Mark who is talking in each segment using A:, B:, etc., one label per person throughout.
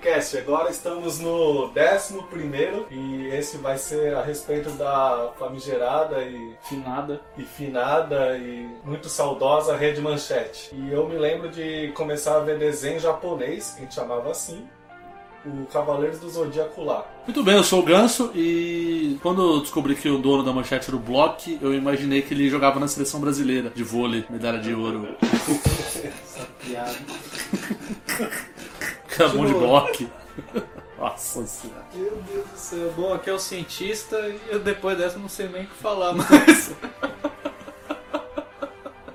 A: Cast. Agora estamos no 11 e esse vai ser a respeito da famigerada e,
B: Finada.
A: e finada e muito saudosa Rede Manchete. E eu me lembro de começar a ver desenho japonês, que a gente chamava assim, o Cavaleiros do Zodíaco lá.
B: Muito bem, eu sou o Ganso e quando eu descobri que o dono da manchete era o Block, eu imaginei que ele jogava na seleção brasileira de vôlei, medalha de ouro.
C: Piada.
B: Acabou de Block. Nossa senhora.
C: Meu Deus do céu. Bom, aqui é o cientista e eu depois dessa não sei nem o que falar, mas.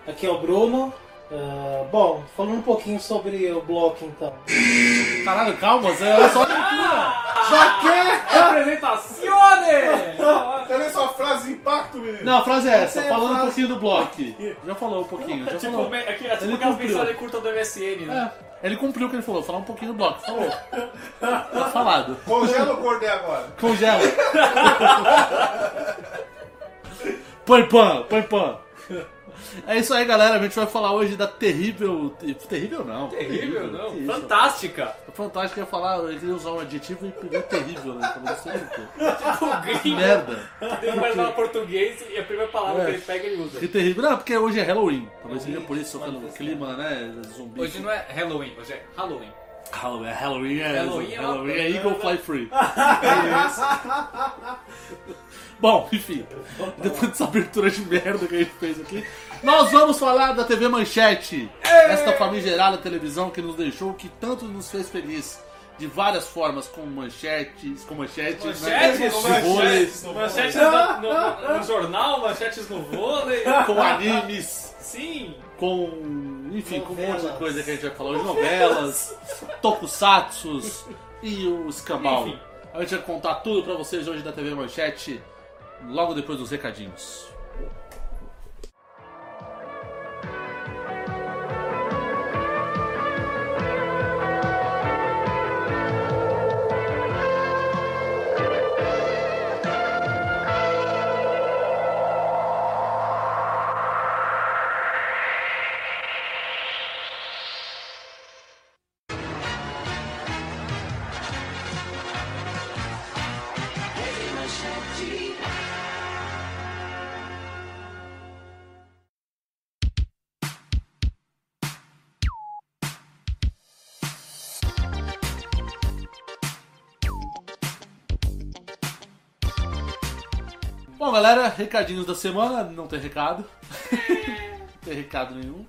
D: Aqui é o Bruno. Ah, bom, falando um pouquinho sobre o bloco então.
B: Caralho, calma, você é só
A: Jaqueta!
C: Apresentacione!
A: Cadê sua frase de impacto, menino?
B: Não, a frase é essa,
D: Você
B: falando um
D: fala-
B: pouquinho do Block. Já falou um pouquinho, já
C: Tipo,
B: falou.
C: me- aqui, é tipo
B: Ele
C: aquela
B: cumpriu.
C: mensagem curta do MSN, né?
B: É, ele cumpriu o que ele falou, falar um pouquinho do Block, falou. Tá falado.
A: Congela o cordel agora.
B: Congela. Põe pan, põe pan. É isso aí, galera. A gente vai falar hoje da terrível. Terrível não.
C: Terrível, não?
B: que isso.
C: Fantástica!
B: Fantástico. Eu ia falar, eu queria usar um adjetivo e peguei terrível, né? Falei, não sei o quê.
C: Tipo, o
B: Que
C: gringo
B: merda.
C: tem que falar português e a primeira palavra
B: É.
C: que ele pega ele usa.
B: Que terrível. Não, porque hoje é Halloween. Talvez seja por isso, tocando o clima, né? Zumbi.
C: Hoje não é Halloween, hoje é Halloween.
B: Halloween, Halloween é.
C: Halloween
B: Halloween,
C: é
B: é,
C: uma
B: Eagle Fly Free. Bom, enfim, depois dessa abertura de merda que a gente fez aqui, nós vamos falar da TV Manchete, esta famigerada televisão que nos deixou, que tanto nos fez feliz, de várias formas, com manchetes, com manchetes,
C: Manchetes,
B: né?
C: com
B: de vôlei,
C: Manchetes no, no- no jornal, manchetes no vôlei.
B: com animes,
C: Sim!
B: com. Enfim, com um monte de
D: Novelas.
B: coisa que a gente vai falar hoje, novelas, tokusatsus e o escambau.
C: Enfim.
B: A gente vai contar tudo pra vocês hoje da TV Manchete, logo depois dos recadinhos. Bom, galera, recadinhos da semana. Não tem recado. não tem recado nenhum.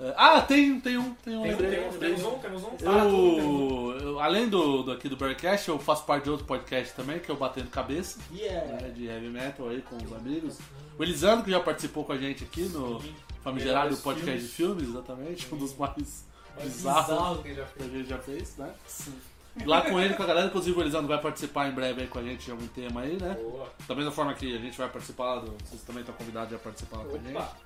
B: É, Ah, tem, tem um, tem um.
C: É. Tem-
B: lembrei,
C: tem-
B: lembrei.
C: Temos um, temos um. Fala tudo, temos um.
B: Eu, eu- além do, do aqui do Bearcast, eu faço parte de outro podcast também, que é o Batendo Cabeça,
D: Yeah.
B: né, de heavy metal aí com os amigos. O Elisandro, que já participou com a gente aqui no famigerado
C: Melhores
B: podcast de filmes, exatamente, um dos mais bizarros
C: que ele já
B: que
C: fez.
B: a gente já fez, né? Lá com ele, com a galera, inclusive o Elisandro vai participar em breve aí com a gente de algum tema aí, né?
C: Boa.
B: Da mesma forma que a gente vai participar, do- vocês também estão convidados a participar com a gente.
C: Opa!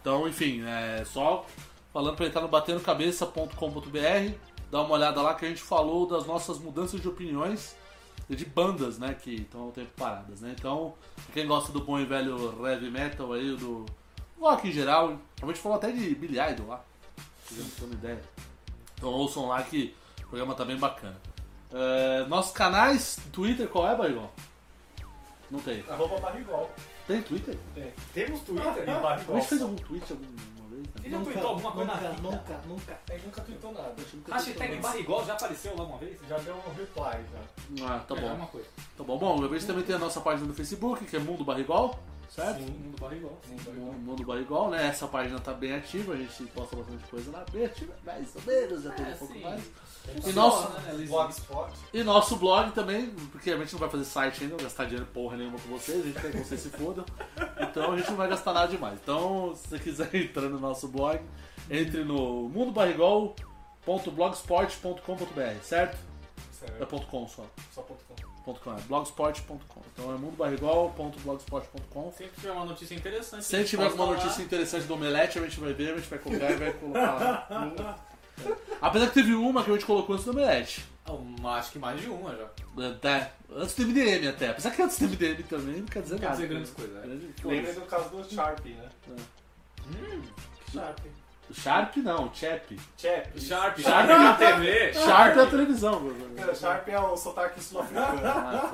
B: Então, enfim, é só falando pra entrar no batendocabeça.com.br, dá uma olhada lá que a gente falou das nossas mudanças de opiniões e de bandas, né, que estão há um tempo paradas, né? Então, pra quem gosta do bom e velho heavy metal aí, do rock em geral, a gente falou até de Billy Idol lá, pra vocês terem uma ideia. Então ouçam lá que o programa tá bem bacana. É, nossos canais, Twitter, qual é, Barigol? Não tem.
A: Arroba barrigol.
B: Tem Twitter?
C: Temos Twitter em
B: A gente fez um-
C: barrigol.
B: algum tweet alguma vez? né?
C: Ele já tweetou alguma coisa na
D: nunca,
C: vida?
D: nunca, nunca.
A: Ele nunca tweetou nada.
C: Hashtag barrigol já apareceu lá uma vez?
A: Já deu um reply, já.
B: Ah, tá
C: É
B: bom.
C: uma coisa.
B: Tá bom, bom, a gente também tem a nossa página do Facebook, que é Mundo Barrigol, certo?
C: Todo mundo barrigol.
B: Mundo- Mundo Barrigol, né? Essa página tá bem ativa, a gente posta bastante coisa lá, bem ativa, mais ou menos, já tem um pouco
C: É, sim.
B: mais.
C: Funciona,
B: nosso-
C: né, Luizinho?
A: Blogspot.
B: E nosso blog também, porque a gente não vai fazer site ainda, gastar dinheiro porra nenhuma com vocês, a gente quer que vocês se fodam. Então a gente não vai gastar nada demais. Então, se você quiser entrar no nosso blog, entre no mundobarrigol.blogsport.com.br, certo? É
A: Sério,
B: ponto .com só,
A: só ponto com.
B: ponto .com, é blogsport.com. Então é mundobarrigol.blogsport.com.
C: Sempre tiver uma notícia interessante. a
B: Se
C: gente
B: tiver
C: pode
B: alguma
C: falar.
B: notícia interessante do Omelete, a gente vai ver, a gente vai colocar e vai colocar lá. Apesar que teve uma que a gente colocou antes do Omelete.
C: Ah, uma- acho que mais de uma já.
B: Até, antes do MDM até. Apesar que antes do MDM também não quer dizer
C: Quer
B: nada.
C: dizer grandes coisas, né?
B: Grande-
A: Lembra
B: foda-se.
A: do caso do Sharpie, né?
D: Sharp.
B: Sharp não, Chap.
A: Chap.
C: Sharp,
B: Sharp
C: Sharp na TV.
B: Sharp é a televisão, meu amigo.
A: Cara, Sharp é o sotaque sul-africano.
B: Ah,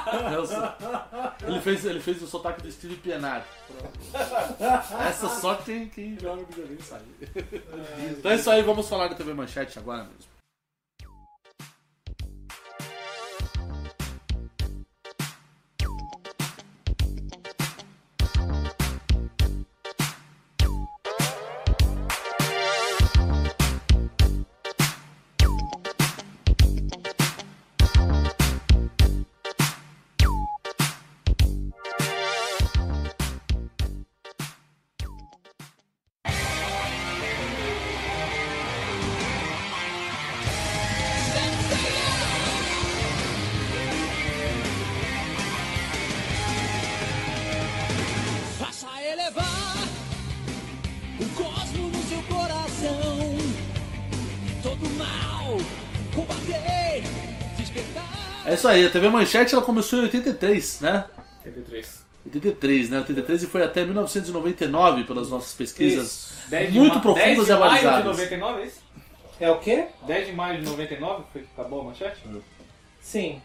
B: tá. Eu sei. ele, fez, ele fez o sotaque do Steve Pienaar. Essa só quem, quem joga videogame sabe. Então é isso aí, vamos falar da TV Manchete agora mesmo.
E: Faça elevar o cosmo no seu coração. Todo mal combater, despertar.
B: É isso aí, a TV Manchete ela começou em 83, né?
C: TV 3.
B: 83, né? 83 e foi até 1999 pelas nossas pesquisas.
D: Isso.
C: 10
B: Muito
C: ma-
B: profundas
C: 10 de
B: e
C: maio
B: avalizadas.
C: de 99, é isso?
D: É o quê?
C: 10 de maio de 99 foi que acabou a manchete?
B: É.
D: Sim.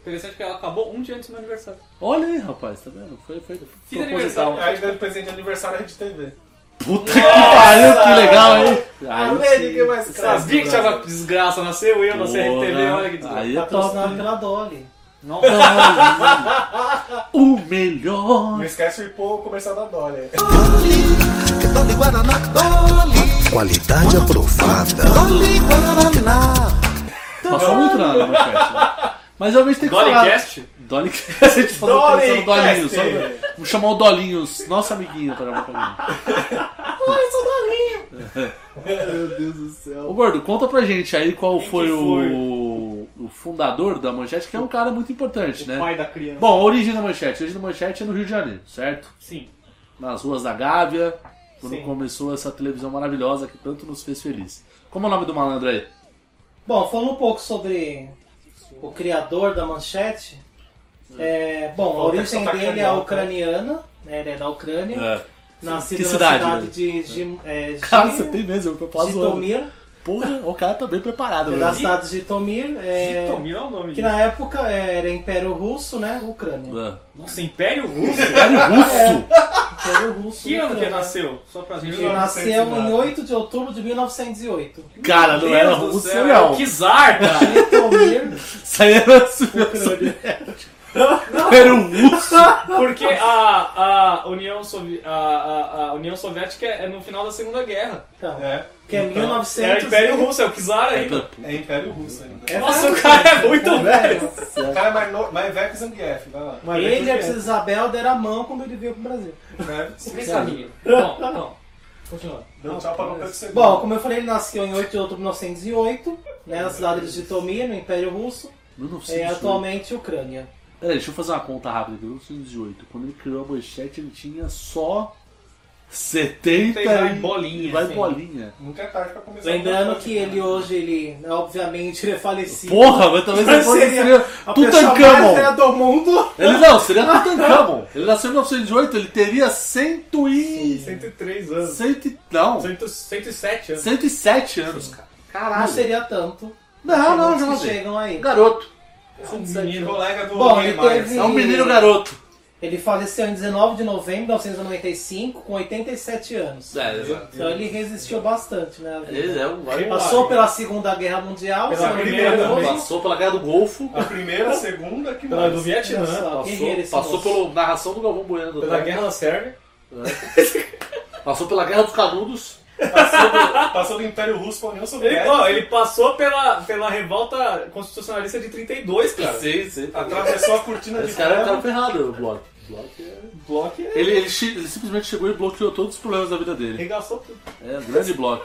C: Interessante que ela acabou um dia antes do meu aniversário.
B: Olha aí, rapaz, tá vendo? Foi, foi
C: Fiz
B: proposital.
C: aniversário.
A: Aí deu de presente de aniversário a Rede TV.
B: Puta que pariu, que legal, hein?
A: Amém, ninguém mais crase,
D: né?
C: Sabia que tinha uma
A: Brasil.
C: desgraça, nasceu eu, nasceu a RTV, olha que desgraça.
B: Aí é top.
D: Patrocinado
B: né?
D: pela Dolly.
C: Nossa,
B: O melhor.
A: Não esquece o pôr o comercial da Dolly.
F: Dole Guaraná, dole.
G: Qualidade aprovada.
F: Dole Guaraná.
B: Passou muito na na manchete. Né? Mas realmente tem que falar.
C: Dolicast?
B: Dolicast. A gente falou
A: Dolly
B: pensando no Dolinhos.
A: Cast.
B: só- Vamos chamar o Dolinhos, nosso amiguinho, para gravar com a
A: Meu Deus do céu.
B: Ô Gordo, conta pra gente aí qual
C: Quem
B: foi,
C: que foi?
B: O, o fundador da manchete, que é um cara muito importante, né?
C: Pai da criança.
B: Bom, a origem da manchete. A origem da manchete é no Rio de Janeiro, certo?
C: Sim.
B: Nas ruas da Gávea, quando
C: Sim.
B: começou essa televisão maravilhosa que tanto nos fez feliz. Como é o nome do malandro aí?
D: Bom, falando um pouco sobre o criador da manchete. é, bom, a
A: Volta que
D: origem
A: sotaque
D: dele é
A: carioca.
D: ucraniana, né? Ele é da Ucrânia. Nascido
B: Que
D: na
B: cidade,
D: cidade
B: né?
D: de Jim- é,
B: Cara,
D: Gi-
B: você tem né? mesmo, eu tô zoando.
D: Jitomir,
B: Porra, o cara tá bem preparado,
D: é
B: velho.
D: da cidade de Jitomir, é,
C: Jitomir é o nome
D: que
C: disso.
D: na época era Império Russo, né? Ucrânia.
B: Ah.
C: Nossa, Império Russo?
B: Império um Russo?
D: Império Russo.
C: que ano que
D: Ucrânia.
C: nasceu? Só pra gente...
D: Ele nasceu em
A: 1909.
D: 8 de outubro de 1908.
B: Cara,
C: Meu
B: não era
C: Deus do
B: russo,
C: céu, é
B: não.
C: o Kizar, cara.
D: Jitomir,
B: Isso aí era soviético. Era um russo.
C: Porque a, a, União Sovi- a, a- a União Soviética é no final da Segunda Guerra.
D: então,
A: É,
D: que é
C: Era
D: 1900.
C: o Império Russo, é o Kizar
B: então.
C: ainda.
A: é Império Russo ainda.
D: É
C: Nossa, o cara é muito velho.
A: O cara é mais, no... mais velho que Zangief, vai lá.
D: Ele é e a Princesa Isabel deram a mão quando ele veio pro Brasil.
A: Né?
C: Vem caminho. Não, não. Continua.
A: Deu um tchau pra qualquer segundo.
D: Bom, como eu falei, ele nasceu em 8 de outubro de 1908, né, na cidade de Jitomir, no Império Russo, é
B: 1908.
D: atualmente Ucrânia.
B: Peraí, deixa eu fazer uma conta rápida aqui. 1908. Quando ele criou a manchete, ele tinha só 70
C: Tem vai
B: e-
C: bolinha,
B: Vai
C: assim.
B: bolinha.
A: Nunca é tarde pra começar.
D: Lembrando que ele hoje, ele, né, obviamente, ele é falecido.
B: Porra, mas talvez ele fosse
D: Seria
B: seria
D: a pessoa mais velha
B: Tutankhamon.
D: é do mundo.
B: Ele não, seria Tutankhamon. Ele nasceu em 1908, ele teria 100 e...
C: 103 anos.
B: 100 e... Não,
C: 100, 107 anos.
B: 107 anos, cara.
D: Não seria tanto.
B: Não, não,
D: Muitos que
B: jovem.
D: chegam aí.
B: Garoto.
A: Menino colega do
D: Bom,
A: Rei
D: ele
A: Myers.
D: teve-
B: É um menino garoto.
D: Ele faleceu em 19 de novembro de 1995, com 87 anos.
B: É,
D: Então ele resistiu bastante, né? à vida.
B: ele um é um...
D: Passou pela Segunda Guerra Mundial,
A: Pela
D: se não me
A: Primeira
D: engano,
A: também.
B: Passou pela Guerra né? do Golfo.
A: A primeira, a segunda, que
D: é
C: Pela do
A: mais?
D: Olha
C: Vietnã.
D: só,
B: Passou,
D: guerreiro esse
B: passou
D: moço.
B: pela narração do Galvão Bueno. né?
C: Pela Guerra da Sérvia.
B: Passou pela Guerra dos Canudos.
A: Passou do, passou do Império Russo pra União
C: Ele,
A: Soviética.
C: ó, ele passou pela, pela revolta constitucionalista de 32, cara.
B: Sim, sim.
A: Atravessou a cortina de
B: Esse cara é um cara
A: ferro.
B: ferrado, o Block. Block é-
C: Bloco é-
B: Ele, ele che- ele simplesmente chegou e bloqueou todos os problemas da vida dele.
C: regaçou tudo.
B: É, um grande Block.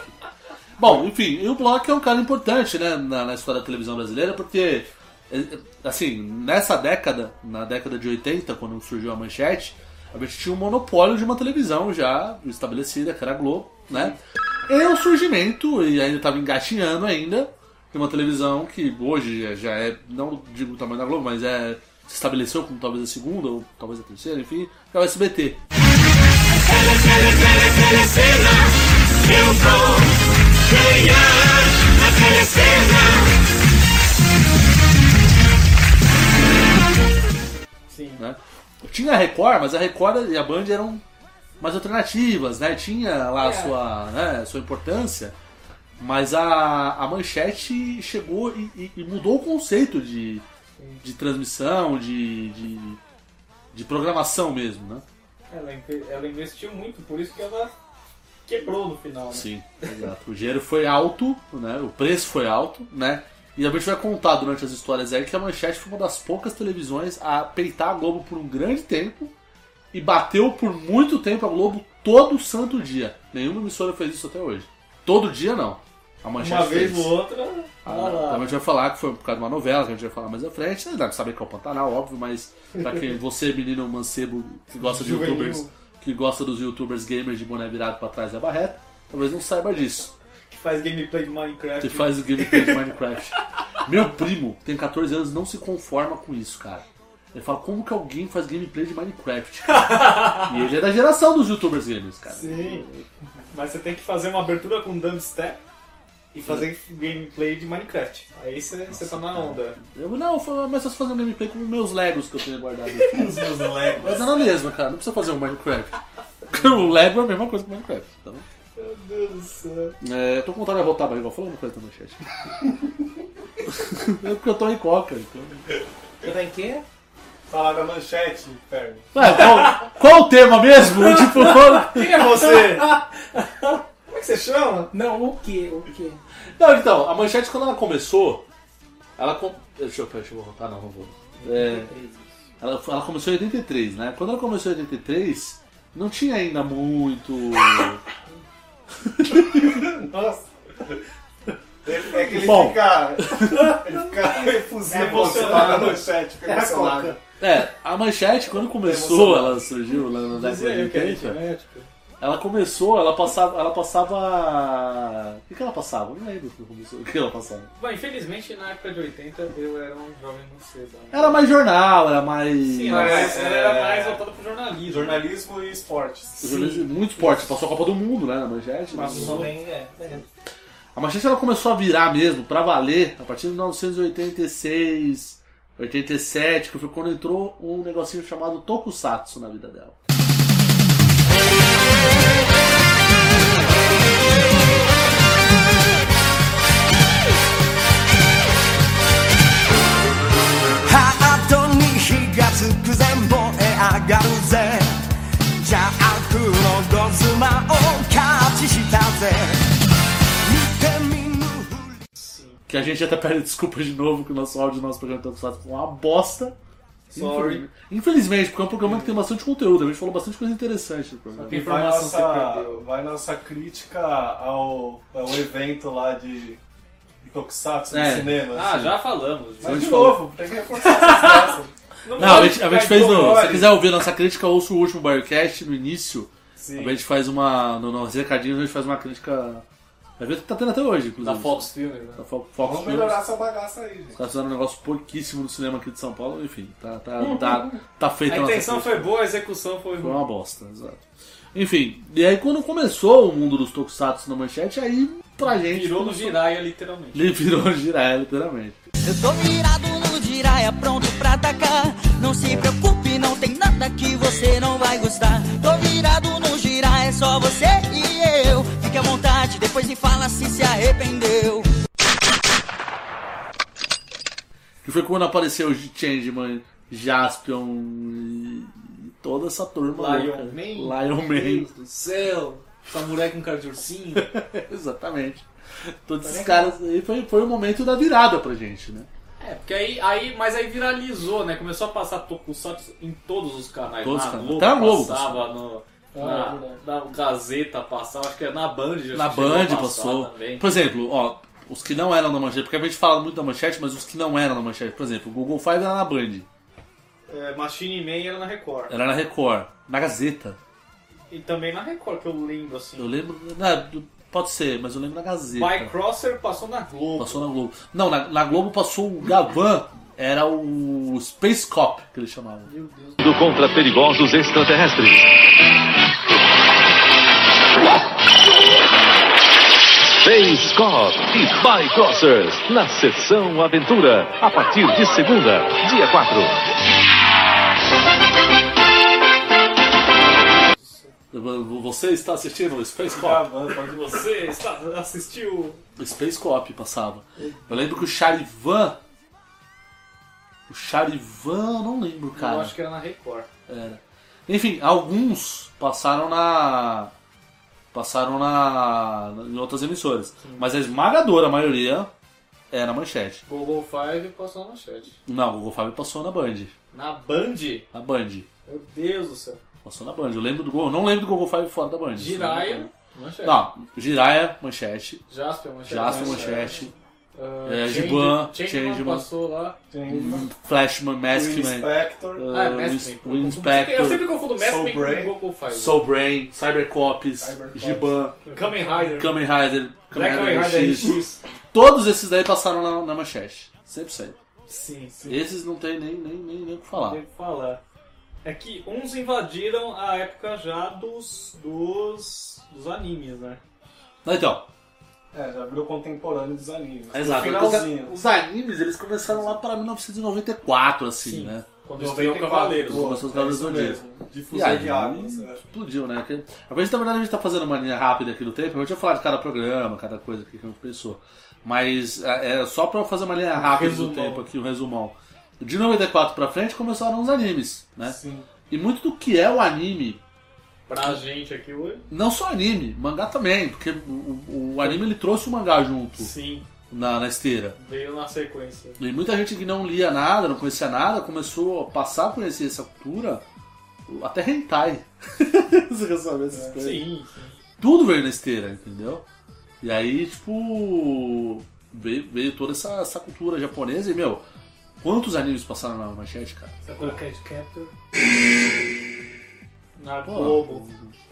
B: Bom, enfim, e o Block é um cara importante né, na, na história da televisão brasileira, porque, é, assim, nessa década, na década de 80, quando surgiu a manchete, a gente tinha um monopólio de uma televisão já estabelecida, que era a Globo, né? E o surgimento, e ainda estava engatinhando ainda, de uma televisão que hoje já- já é, não digo o tamanho da Globo, mas é, se estabeleceu como talvez a segunda, ou talvez a terceira, enfim, que é o SBT.
E: Telecena,
H: Eu vou ganhar a telecena.
D: Sim.
B: né? Tinha a Record, mas a Record e a Band eram mais alternativas, né? Tinha lá a sua, né, sua importância, mas a, a Manchete chegou e, e- e mudou o conceito de, de transmissão, de, de, de programação mesmo, né?
C: Ela, inve- ela investiu muito, por isso que ela quebrou no final, né?
B: Sim, exato. O dinheiro foi alto, né? O preço foi alto, né? E a gente vai contar durante as histórias aí que a Manchete foi uma das poucas televisões a peitar a Globo por um grande tempo e bateu por muito tempo a Globo todo santo dia. Nenhuma emissora fez isso até hoje. Todo dia não. A Manchete
C: Uma vez
B: fez.
C: ou outra,
B: Ah, não. a gente vai falar que foi por causa de uma novela que a gente vai falar mais à frente. Vocês devem saber que é o Pantanal, óbvio, mas pra quem você, menino mancebo, que gosta de
C: Juvenil.
B: youtubers, que gosta dos youtubers gamers de boné virado pra trás da barreta, talvez não saiba disso.
C: que faz gameplay de Minecraft.
B: Que faz o gameplay de Minecraft. Meu primo, que tem 14 anos, não se conforma com isso, cara. Ele fala, como que alguém faz gameplay de Minecraft? cara?" e ele é da geração dos youtubers gamers, cara.
C: Sim. Mas você tem que fazer uma abertura com dubstep e fazer gameplay de Minecraft. Aí você, você tá na onda.
B: Eu, não, eu falo, "Ah, mas eu faço fazendo gameplay com meus Legos que eu tenho guardado aqui.
C: Os meus moleques.
B: Mas é na mesma, cara. Não precisa fazer um Minecraft. Porque o Lego é a mesma coisa que o Minecraft. Tá bom?
C: Meu Deus do céu.
B: É, eu tô contando a voltar pra igual. Fala uma coisa no chat. é porque eu tô em coca. Então...
D: Você tá em quê?
A: Falar da manchete, Fermi.
B: Ué, qual, qual o tema mesmo? tipo, qual...
C: Quem é você? Como é que você chama?
D: Não, o quê? O quê?
B: Não, então, a manchete quando ela começou, ela. Com... Deixa eu, deixa eu voltar, não, não vou. É, ela, ela começou em 83, né? Quando ela começou em 83, não tinha ainda muito.
A: Nossa. Ele- É que ele
B: Bom.
A: fica. Ele fica efusivo quando você fala da manchete, fica emocionado.
B: É, a manchete quando começou, ela surgiu lá na década de
C: Dizer que é
B: 80.
C: genético.
B: Ela começou, ela passava. Ela passava. O que, que ela passava? Eu não lembro o que começou. O que ela passava?
C: Bom, infelizmente na época de 80 eu era um jovem mancebo. né?
B: Era mais jornal, era mais.
C: Sim,
A: mas-
C: mas ela era
A: é-
C: mais voltada pro jornalismo.
A: Jornalismo e esportes.
B: jornalismo- Muito esporte, passou a Copa do Mundo, né? Na manchete.
D: Mas
B: Passou.
D: também é.
B: A manchete ela começou a virar mesmo, pra valer, a partir de 1986, 87, que foi quando entrou um negocinho chamado Tokusatsu na vida dela.
F: ハートに火がつくぜ燃え上がるぜ邪悪のゴズマを勝ちしたぜ見て見ぬふり
B: Que a gente até pede desculpa de novo, que o nosso áudio do nosso programa de Tokusatsu foi uma bosta.
C: Sorry.
B: Infelizmente, porque é um programa que tem bastante conteúdo, a gente falou bastante coisa interessante no programa.
C: Que
A: E vai
C: informação você
A: nossa,
C: perdeu?
A: vai nossa crítica ao, ao evento lá de, de Tokusatsu
B: É.
A: no cinema.
C: Ah,
A: assim.
C: já falamos.
A: Mas
B: a gente
A: de
B: falou.
A: novo, tem que reforçar essas peças.
B: Não, a gente, a
C: pode
B: gente
C: ficar
B: fez no. Se
C: incolore.
B: quiser ouvir nossa crítica, ouça o último Biocast no início.
A: Sim.
B: A gente faz uma. No, nos recadinhos a gente faz uma crítica. A gente tá tendo até hoje, inclusive.
C: Da Fox Filmes, né?
B: Da Fo- Fox
A: Vamos
B: Films.
A: melhorar essa bagaça aí, gente.
B: Tá fazendo um negócio pouquíssimo no cinema aqui de São Paulo, enfim, tá, tá, tá, tá feita
C: Uhum. A
B: nossa
C: intenção
B: crítica.
C: foi boa, a execução foi
B: Foi
C: ruim.
B: uma bosta, exato. Enfim, e aí quando começou o mundo dos tokusatsu na manchete, aí pra gente.
C: Virou no Jiraya, literalmente.
B: Ele virou girar, literalmente.
E: Eu tô virado no giraia, pronto pra atacar. Não se preocupe, não tem nada que você não vai gostar. Tô virado no giraia, é só você e eu. Fique à vontade, depois me fala se se arrependeu.
B: Que foi quando apareceu o Changeman, Jaspion e e toda essa turma.
C: Lion
B: louca.
C: Man.
B: Lion
C: Meu
B: Man.
C: Deus do céu! Samurai com cara de ursinho.
B: Exatamente. Todos
C: Tá
B: esses caras aí foi, foi o momento da virada pra gente, né?
C: É, porque aí, aí, mas aí viralizou, né? Começou a passar Tokusatsu em todos os canais.
B: Todos os
C: na
B: canais.
C: Globo,
B: Até a Globo
C: passava no...
D: Ah, é
C: Na,
D: verdade.
C: na Gazeta passava, acho que era na Band já
B: Na
C: chegou a
B: Band
C: passar
B: passou.
C: também.
B: Por exemplo, ó, os que não eram na manchete, porque a gente fala muito da manchete, mas os que não eram na manchete, por exemplo, o Google Five era na Band,
C: É, Machine Man era na Record.
B: era na Record, na Gazeta.
C: E também na Record, que eu lembro,
B: Eu
C: assim.
B: lembro. né, pode ser, mas eu lembro na Gazeta.
C: Bycrosser passou na Globo.
B: Passou na Globo. Não, na, na Globo passou o Gavan, era o Space Cop que eles chamavam.
I: contra perigosos extraterrestres. Jay Scott e By Crossers na sessão Aventura, a partir de segunda, dia 4.
B: Você está assistindo o Space Cop?
C: Gravando, pode você está, assistiu.
B: O Space Cop passava.
C: É.
B: Eu lembro que o Charivan. O Charivan, eu não lembro, cara.
C: Eu acho que era na Record.
B: Enfim, alguns passaram na. Passaram na. em outras emissoras. Mas a esmagadora maioria é na manchete.
C: Google Five passou na manchete.
B: Não, o Google Fábio passou na Band.
C: Na Band?
B: Na Band.
C: Meu Deus do céu.
B: Passou na Band. Eu lembro do Google. Não lembro do Google Five fora da Band.
C: Jiraya, manchete.
B: né? Não, Jiraya, manchete.
C: Jasper, manchete.
B: Jasper, manchete.
C: Ah,
B: É,
C: Change-
B: Giban,
C: Changeman
B: Changeman.
C: passou lá.
A: Tem
B: Flashman,
A: o
B: Maskman.
A: Inspector.
B: uh,
C: Ah, é
B: o
C: Maskman.
B: Ins- o
C: Eu confundo- Eu sempre
B: Inspector.
C: confundo
A: Soul
C: Maskman
A: Brain.
C: com Google Five.
B: Soul Brain, Cybercops,
A: Cybercops.
B: Giban,
C: Kamen Rider.
B: Kamen Rider,
C: Black é Kamen Rider X.
B: Todos esses daí passaram na, na manchete. 100%.
C: Sim, sim.
B: Esses não tem nem, nem, nem, nem o que falar.
C: Devo falar. É que uns invadiram a época já dos, dos, dos animes, né?
B: Não, Então,
A: É, já virou contemporâneo dos animes.
B: exato.
A: Finalzinho.
B: Os animes, eles começaram lá para 1994, assim,
C: Sim.
B: né?
C: Quando estreou Cavaleiros.
A: Pô,
B: Começou os Cavaleiros
A: é isso
B: do Zodíaco.
A: mesmo.
B: E
A: Difusor
B: aí,
A: de águas. é.
B: explodiu, né? Que- A gente, na verdade, a gente tá fazendo uma linha rápida aqui do tempo. Eu tinha falar de cada programa, cada coisa aqui que a gente pensou. Mas é é só pra fazer uma linha rápida do
C: Resumão.
B: tempo aqui, um resumão. De 94 pra frente começaram os animes, né?
A: Sim.
B: E muito do que é o anime
C: Pra gente aqui hoje.
B: Não só anime, mangá também, porque o, o- o anime ele trouxe o mangá junto
C: Sim,
B: na, na esteira.
C: veio na sequência. né?
B: E muita gente que não lia nada, não conhecia nada, começou a passar a conhecer essa cultura, até hentai. Você quer saber essas coisas?
C: Sim,
B: Tudo veio na esteira, entendeu? E aí, tipo, veio, veio toda essa, essa cultura japonesa e, meu, quantos animes passaram na manchete, cara?
D: Sakura Card Captor.
C: na
B: Pô,
C: Globo.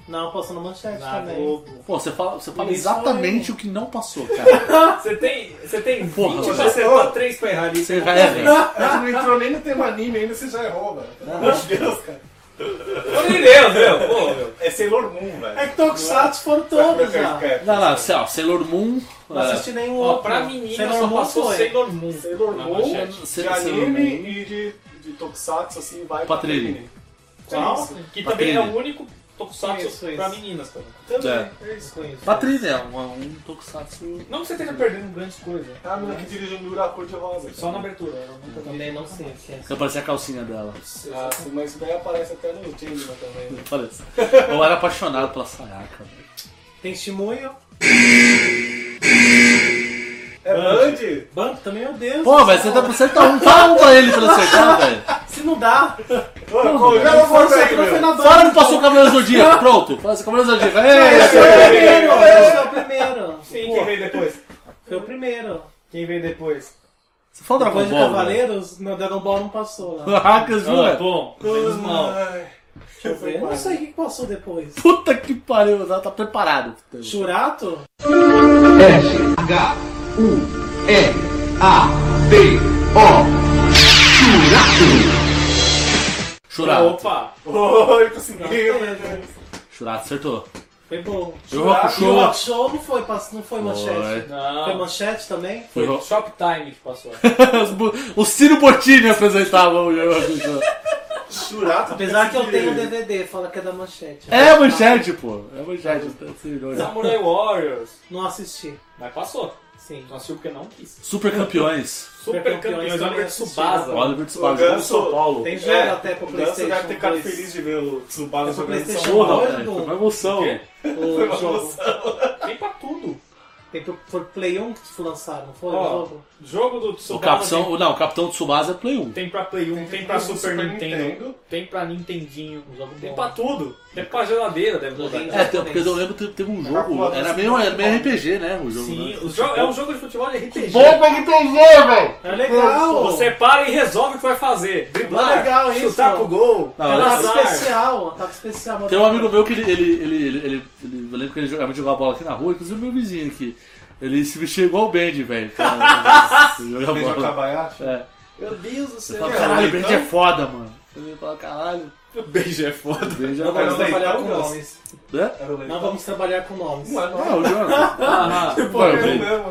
D: Não, passou na manchete
C: Na
D: também.
C: Globo.
B: Pô, você fala, você fala
D: Isso
B: exatamente o que não passou, cara.
C: Você tem, você tá tem
B: Porra,
C: 20
B: você-
C: pra acertar 3 pra errar ali.
B: Você já é, velho.
A: A gente não entrou nem no tema anime ainda, você já errou, velho. Pelo amor de Deus, cara.
C: Pelo amor de Deus, meu. Pô, meu.
A: É Sailor Moon, velho.
D: É que Tokusatsu foram todos já.
B: Não, não, sei lá, Sailor Moon.
D: Não
B: é,
D: assisti nenhum
C: Ó,
D: outro.
C: pra menina
D: Sailor
C: só
D: Moon
C: passou
D: foi.
C: Sailor Moon.
A: Sailor
C: na
A: Moon.
C: manchete.
A: De
B: Sailor
A: anime e de, de Tokusatsu, assim, vai pra
B: Patrilha.
A: feminino.
C: Qual?
A: É isso.
C: Que também é
B: Patrícia.
C: o único tokusatsu
D: Isso, isso.
C: pra meninas também.
A: Também, é isso.
B: Patrícia,
D: né?
B: é um, um tokusatsu.
C: Não que você esteja perdendo grandes coisas.
A: É a menina que dirige um Duracor de rosa.
C: Só na abertura. Ela nunca tá
D: Também não sei. se é.
B: Eu parecia a calcinha dela.
A: Ah, sim, mas isso daí aparece até no Changeman também. né?
B: Parece. Eu era apaixonado pela Sayaka. velho.
D: Tem Shimuyo.
A: É Band?
D: Banco também, meu Deus.
B: Pô, velho, você tá acertar um, fala um pra ele pra ele acertar, velho.
D: Se não dá,
A: Ô, é Cole, já não
D: Fora
A: foi aí,
D: foi
A: meu.
B: Fala
D: na banca.
B: não passou o Cavaleiro do Zodíaco, pronto. Fala assim, Cavaleiro do Zodíaco.
D: Foi
B: Ei,
D: o primeiro, foi o primeiro.
C: Sim,
D: Pô,
C: quem veio depois?
D: Foi o primeiro.
C: Quem veio depois?
B: Você fala
D: Depois
B: Dragon
D: de
B: Ball. né?
D: Cavaleiros, meu Dragon Ball não passou lá.
B: velho. Hackers, viu, velho?
C: bom. Menos mal.
A: Ai,
D: Deixa eu ver. Eu não sei o que que passou depois.
B: Puta que pariu, ela tá preparado.
D: Churato?
B: Churato.
C: Opa!
A: Oi, conseguiu, meu Deus.
B: Churato, acertou.
D: Foi bom.
B: Eu rock
D: E o
B: show.
D: Rock Show não foi, pass- não foi manchete. Foi
C: Não.
D: manchete também?
B: Foi
C: Foi
B: o-
C: Shoptime que passou.
B: Os bu- O Ciro Bottini apresentava o Yoga Show.
A: Churato.
D: Apesar que eu tenho um o DVD, fala que é da manchete.
B: É a manchete, pô. É a manchete. tá assim, olha.
C: Samurai Warriors.
D: Não assisti.
C: Mas passou.
D: Sim.
C: Não assistiu porque não quis.
B: Super campeões.
C: Super né?
D: campeões,
C: campeões,
D: também
C: Oliver
D: assisti.
C: Tsubasa.
B: Oliver Tsubasa.
A: Ô,
B: Vamos
A: Ganso,
B: São Paulo.
D: Tem jogo
A: É,
D: até pro
A: o Ganso
D: Playstation.
A: deve ter ficado
D: 2.
A: feliz de ver o Tsubasa jogando em
D: É pro
A: São
D: PlayStation
A: Paulo.
B: Porra,
D: Dois,
B: velho.
D: não.
B: Foi uma emoção.
C: O quê?
D: O jogo.
C: Tem pra tudo.
D: Tem pro, pro Play 1 que lançaram, não foi o
C: Ó,
D: jogo?
C: jogo do
B: O
C: Tsubasa
B: capitão, não, o capitão de Tsubasa é Play 1.
C: tem, tem pra Play 1, tem, pra Super, Nintendo, tem pra Nintendinho, tem
D: bom.
C: pra tudo. Tem pra geladeira, deve mudar.
D: Joguinho
B: É, tem- porque eu lembro que teve um jogo. Era meio, era meio RPG, né? O jogo,
C: Sim,
B: né?
C: o jogo- é um jogo de futebol de RPG.
D: É legal!
C: Você para e resolve o que vai fazer. Driblar,
D: É legal isso,
C: chutar
D: mano.
C: pro gol,
B: Não,
C: é
B: eu-
D: Ataque
C: azar.
D: especial, ataque especial.
B: Tá Tem um amigo meu que ele. ele, ele, ele, ele- ele- eu lembro que ele jogava, jogava bola aqui na rua, inclusive meu vizinho aqui. Ele se vestia igual o Bendy, velho. Cara, ele Jogava
A: Veja
C: né?
B: bola.
A: Kabayashi.
B: É.
C: Meu Deus do
B: Eu
C: céu.
A: tá?
B: falava, Caralho, o Bendy é foda, mano. Ele fala, caralho.
C: Beijo é foda.
B: Beijo
D: Não
A: Era
D: vamos
A: o
D: trabalhar
A: leitão
D: com
A: ou não?
D: nomes.
B: Né?
A: Era o leitão.
D: Não vamos trabalhar com nomes.
A: Não é, não.
B: Ah, o Jonas. Ah,
A: Pô,
B: vai
A: eu
B: ouvir.
A: mesmo, eu-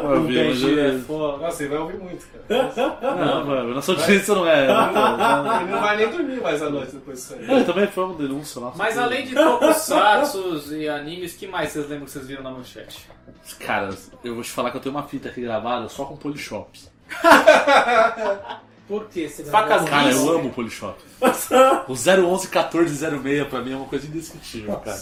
B: Vai ouvir, mas
C: Beijo é
B: ele-
C: foda.
A: Nossa, ele vai ouvir muito, cara.
B: Não, mano, nossa audiência não é. não é-
A: Ele não vai nem dormir mais à noite depois disso aí.
B: Não, também foi uma denúncia nossa.
C: Mas além de tokusatsus e animes, que mais vocês lembram que vocês viram na manchete?
B: Cara, eu vou te falar que eu tenho uma fita aqui gravada só com Polishop.
D: Por que esse
C: Facas
D: gravador?
B: Cara, eu amo o Polishop. O 011 1406 pra mim é uma coisa indescritível, cara.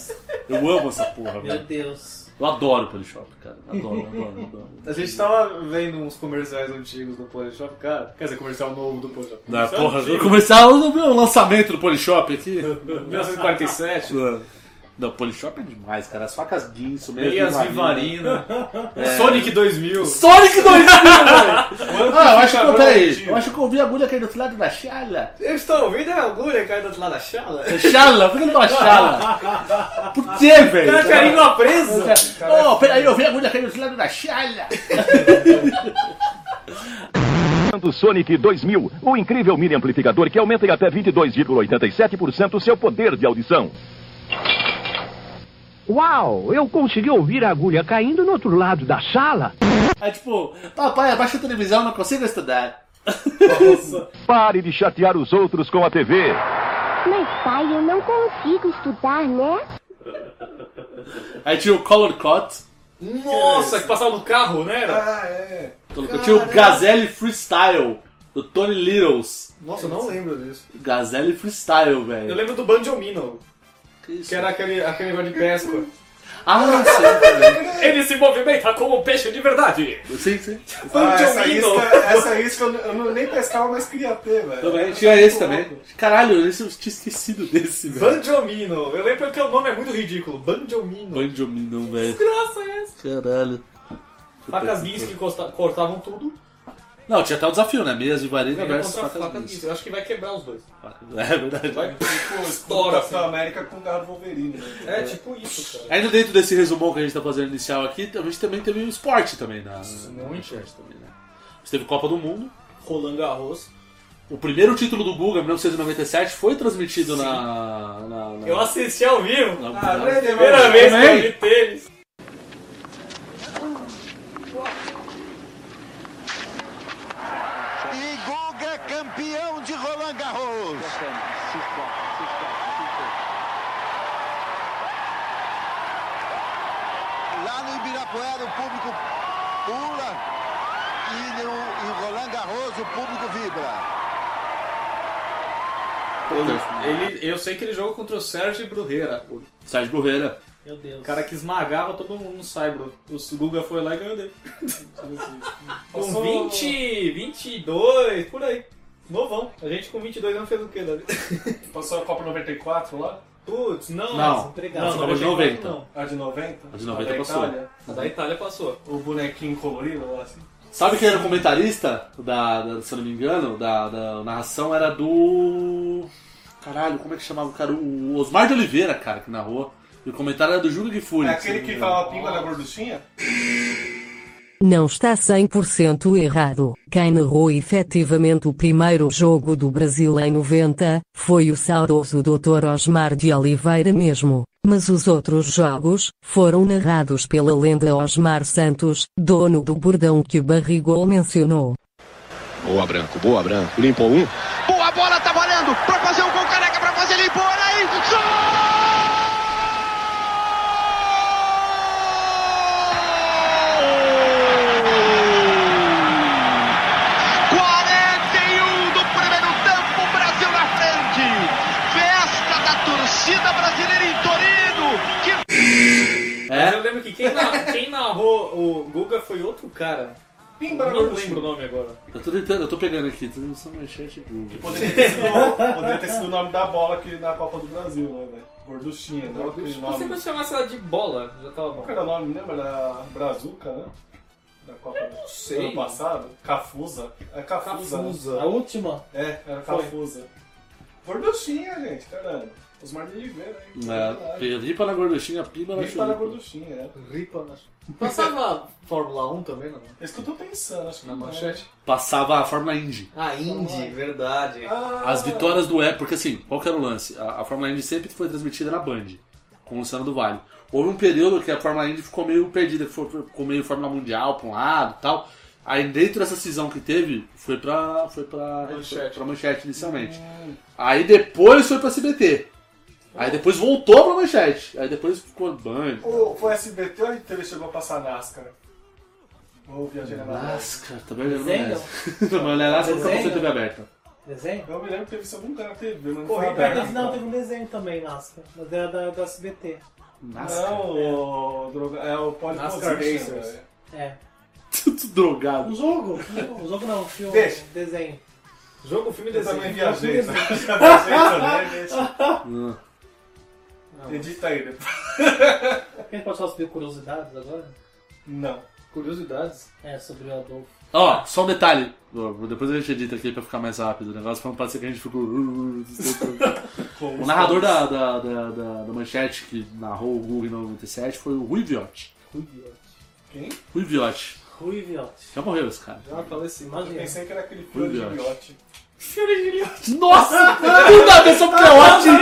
B: Eu amo essa porra,
D: Meu
B: velho.
D: Deus.
B: Eu adoro o Polishop, cara. Adoro, adoro, adoro.
C: A gente tava vendo uns comerciais antigos do Polishop, cara. Quer dizer, comercial novo do Polishop.
B: Da
C: Comercial
B: porra,
C: antigo,
B: vou começar o meu lançamento do Polishop aqui.
C: 1947.
B: Não, Polishop é demais, cara. As facas Guinso,
C: Elias Vivarina. Sonic 2000.
B: Sonic 2000, velho! É. Ah, eu acho que,
C: Cabrão,
B: peraí,
C: tio.
B: eu acho que eu ouvi a agulha cair do outro lado da chala.
C: Eu estou
A: é
C: ouvindo a agulha caindo do lado da chala.
B: Chala, por que não é chala? Por quê, velho?
C: Cara, carinho preso.
B: Ô, peraí, eu vi a agulha cair do outro lado da chala.
I: Do Sonic 2000, o incrível mini amplificador que aumenta em até 22,87% seu poder de audição.
J: Uau, eu consegui ouvir a agulha caindo no outro lado da sala.
B: Aí, tipo, papai, abaixa a televisão, não consigo estudar.
I: Pare de chatear os outros com a TV.
K: Mas pai, eu não consigo estudar, né?
B: Aí tinha o Color Cut,
C: Nossa, que passava no carro, né? era?
A: Ah, é.
B: tinha o Gazelle Freestyle, do Tony Littles.
C: Nossa, eu não lembro disso.
B: Gazelle Freestyle,
C: Eu
B: velho.
C: lembro do Banjo Mino,
B: Que isso?
C: que era aquele, aquele negócio de pesca.
B: Ah, sim, velho.
C: Ele se movimenta como um peixe de verdade.
B: Sim, sim.
A: Ah, essa
C: Pantomino.
A: isca, essa isca eu, eu não- nem pescava, mas queria ter, velho.
B: Também, tinha esse também. Caralho, esse eu tinha esquecido desse, velho.
C: Banjomino. Eu lembro que o nome é muito ridículo. Banjomino.
B: Banjominão, velho.
C: Graça é essa.
B: Caralho.
C: Facas guinso que costa- cortavam tudo.
B: Não, tinha até o desafio, né? Meias e varina
C: Era
B: versus
C: contra
B: facas
C: facas
B: guinso.
C: guinso. Eu acho que vai quebrar os dois.
B: É verdade.
C: Vai
A: Pô, Estoura
C: Estoura,
A: Capitão América com o Garo Wolverine, né?
C: É tipo isso, cara.
B: Ainda dentro desse resumão que a gente tá fazendo inicial aqui, a gente também teve o esporte também na, na
C: muito.
B: manchete também, né? A gente teve Copa do Mundo.
C: Rolando arroz.
B: O primeiro título do Guga, em 1997, foi transmitido na, na, na-
C: Eu assisti ao vivo.
B: na-
A: Ah,
B: na-
A: não é demais.
C: Primeira vez que eu
B: Também?
C: vi tênis.
F: E Guga campeão de Roland Garros. Lá no Ibirapuera o público pula e no em Roland Garros o público vibra.
C: Ele, eu sei que ele jogou contra o Sérgio Brugueira. O
B: Sérgio Borreira.
D: Meu Deus.
C: cara que esmagava todo mundo no Saibro. O Guga foi lá e ganhou dele. Com
A: Passou-
C: 20, 22, por aí. Novão. A gente com 22 anos fez o quê, Davi?
A: Passou a Copa 94 lá,
C: Putz, não.
B: Não,
D: Obrigado.
B: Não, Copa de
C: 94
B: 90.
A: a de 90.
B: A de 90
A: da
B: passou.
A: Itália.
C: não. A da Itália passou.
A: O bonequinho colorido lá, assim.
B: Sabe quem era o comentarista, da, da- se eu não me engano, da, da narração? Era do. Caralho, como é que chamava o cara? O Osmar de Oliveira, cara, que narrou. E o comentário era do Júlio de Fúria.
A: É aquele que fala pinga na gorduchinha?
K: Não está 100% errado. Quem narrou efetivamente o primeiro jogo do Brasil em 90 foi o saudoso Dr. Osmar de Oliveira mesmo. Mas os outros jogos foram narrados pela lenda Osmar Santos, dono do bordão que o Barrigol mencionou.
I: Boa branco, boa branco. Limpou um.
F: Boa bola, tá valendo. Pra fazer um gol careca, pra fazer limpo, olha aí. Gol! 41 do primeiro tempo, Brasil na frente. Festa da torcida brasileira em Torino. Que
C: Mas
B: É?
C: eu lembro que quem, na- quem narrou o Guga foi outro cara.
A: Pimba na
C: Não lembro o
A: gorduchinha.
C: nome agora.
B: Eu tô tentando, eu tô pegando aqui, tô tentando essa manchete Guga.
A: Poderia ter, sido, poderia ter sido o nome da bola que na Copa do Brasil, né, velho? Gorduchinha, não aquele
C: Se você
A: nome.
C: não chamasse ela de bola, já tava bom.
A: Qual era o nome, lembra? Da Brazuca, né? Da Copa do
C: sei.
A: ano passado? Cafusa? É Cafusa. né?
D: A última?
A: É, era Cafusa. Gorduchinha, gente, caramba. Os de Oliveira, hein?
B: É, porque ripa na gorduchinha, pimba na
A: Ripa na
B: churupa.
A: gorduchinha, é.
C: Ripa na Passava Fórmula 1 também, não?
A: É isso que eu tô pensando, acho que
C: Na
A: não. é.
C: manchete?
B: Passava a Fórmula Indy.
C: Ah,
D: um.
C: Indy, verdade.
B: As vitórias do Web, porque assim, qual que era o lance? A, a Fórmula Indy sempre foi transmitida na Band, com o Luciano do Vale. Houve um período que a Fórmula Indy ficou meio perdida, que foi- ficou meio Fórmula Mundial pra um lado e tal. Aí dentro dessa cisão que teve, foi pra, foi pra,
C: Manchete.
B: foi pra manchete inicialmente. Aí depois foi pra SBT. Aí depois voltou pra manchete. Aí depois ficou Band.
A: Ou foi SBT ou a TV chegou a passar NASCAR? Ou Viajei na Malásia?
B: Lasca, também não
D: Desenho?
B: é. Mas Lasca nunca
D: Desenho?
B: foi TV aberta.
D: Desenho?
A: Eu me lembro que teve isso em algum lugar na TV, mas não
D: Pô,
A: foi
D: teve,
A: aberto.
D: não, teve um desenho também, Nasca. Mas era da, da SBT.
A: Não, o droga- é o Poli
C: NASCAR
A: Position, né?
C: Racers.
A: velho.
D: É.
B: Tudo drogado.
D: Um jogo. Um jogo, um jogo não, um filme.
A: Deixa.
D: um Desenho.
C: Jogo, filme,
A: Eu
C: desenho.
A: também viajei, né? Já viajei também, gente.
B: Hum.
A: né, Edita aí né? depois.
D: Quem pode falar sobre curiosidades agora?
A: Não.
C: Curiosidades.
D: É, sobre o Adolfo.
B: Ó, só um detalhe. Depois a gente edita aqui pra ficar mais rápido. O negócio pra não parecer que a gente ficou. uh, O narrador da, da, da, da- da manchete que narrou o Google em 97 foi o Rui Viotti.
A: Quem?
B: Rui Viotti.
D: Rui Viotti.
B: Já morreu esse cara.
D: Ah,
C: Já faleci.
A: Eu
D: Imagina.
A: pensei que era aquele filho de
B: Viotti.
A: Viotti.
B: Nossa! Tudo a ver só porque é ótimo!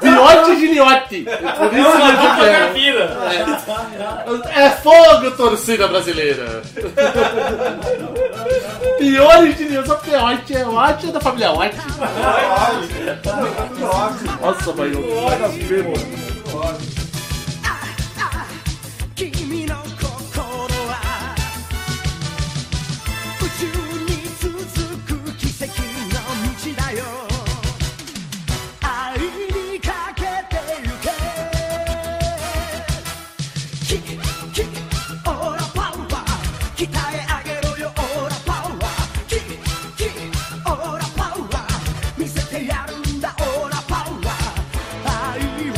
B: Viotti de Liotti! É Por isso que eu digo que é. É fogo, torcida brasileira! Piores de Deus, só porque é White é White é da família White. Nossa, vai eu
K: 君の心は宇宙に続く奇跡の道だよ愛にかけてゆけキキオーラパワー鍛え上げろよオーラパワーキキオーラパワー見せてやるんだオーラパワー愛は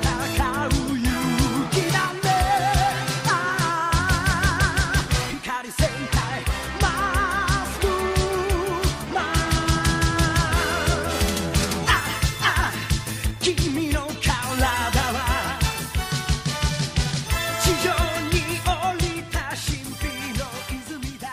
K: 戦う勇気だねああ光戦隊マスクマンああ君の体は地上に降りた神秘の泉だ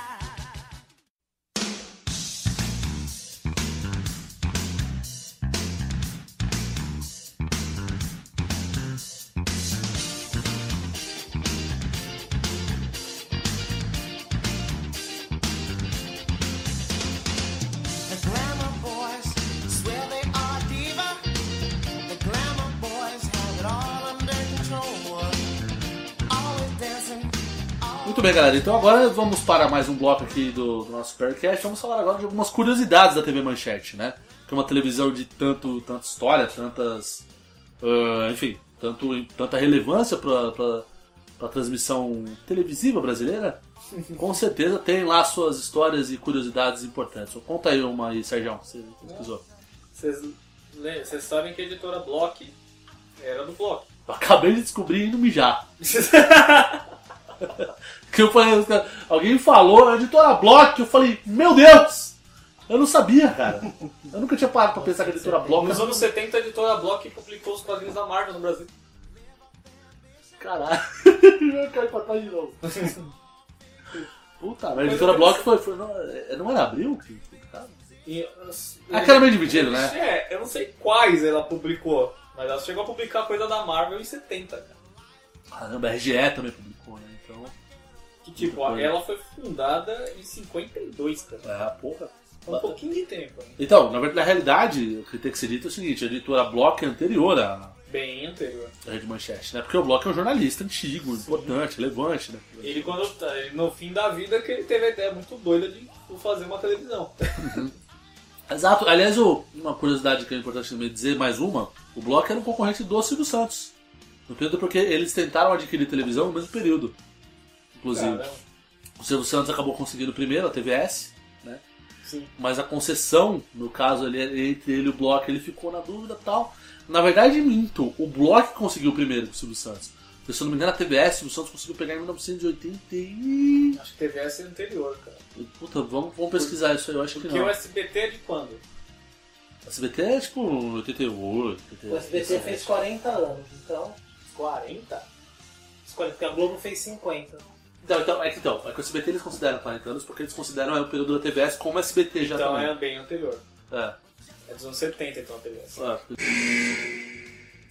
L: The Glamour Boys swear they are diva. The Glamour Boys have it all under control. Always dancing.
B: Muito bem, galera. Então agora vamos para mais um bloco aqui do, do nosso Percast. Vamos falar agora de algumas curiosidades da TV Manchete, né? Que é uma televisão de tanto, tanta história, tantas. ah, enfim, tanto, tanta relevância para a transmissão televisiva brasileira. Com certeza tem lá suas histórias e curiosidades importantes. Conta aí uma aí, Sérgio, você pesquisou.
C: Vocês le- vocês sabem que a editora Block era do Block.
B: Eu acabei de descobrir indo mijar. que eu falei, os caras- alguém falou, a editora Block, eu falei, meu Deus! Eu não sabia, cara. Eu nunca tinha parado pra pensar que a editora Block
C: Nos anos 70, a editora Block publicou os quadrinhos da Marvel no Brasil.
B: é Caralho, eu caí pra trás de novo. Puta, mas a editora Block foi. foi- não, é- não era abril? que- que tava?
C: E, as-
B: Ah, que era meio dividido, né?
C: É, eu não sei quais ela publicou, mas ela chegou a publicar coisa da Marvel em 70, cara.
B: Caramba, a RGE também publicou, né? Então.
C: Que tipo,
B: Muita coisa.
C: ela foi fundada em 52, cara.
B: É, porra.
C: É Um pouquinho de tempo, hein?
B: Então, na verdade, na realidade, o que tem que ser dito é o seguinte, a editora Block é anterior à,
C: Bem anterior.
B: da Rede Manchete, né? Porque o Bloco é um jornalista antigo, importante, relevante, né?
C: Ele, quando, ele, no fim da vida, que ele teve a ideia muito doida de fazer uma televisão.
B: Exato. Aliás, o- uma curiosidade que é importante também dizer, mais uma, o Bloco era um concorrente do Silvio Santos. No período porque eles tentaram adquirir televisão no mesmo período, inclusive.
C: Caramba.
B: O Silvio Santos acabou conseguindo primeiro a TVS, né?
C: Sim.
B: Mas a concessão, no caso ali, entre ele e o Bloco, ele ficou na dúvida e tal. Na verdade, minto. O Bloco conseguiu primeiro com o Silvio Santos. Porque, Se eu não me engano, a TVS, o Silvio Santos conseguiu pegar em 1980 e...
C: Acho que teve essa anterior, cara.
B: Puta, vamos, vamos pesquisar isso aí, eu acho que
C: Porque o
B: não.
C: SBT é de quando?
B: SBT é tipo 88,
D: O
B: 88.
C: é
D: SBT fez 40 anos, então. 40? Porque a Globo fez 50.
B: Então, então, é que então, é que o SBT eles consideram 40 anos porque eles consideram é, o período da TVS como SBT já
C: Então
B: também.
C: é bem anterior.
B: É.
C: É dos anos 70 então a TV.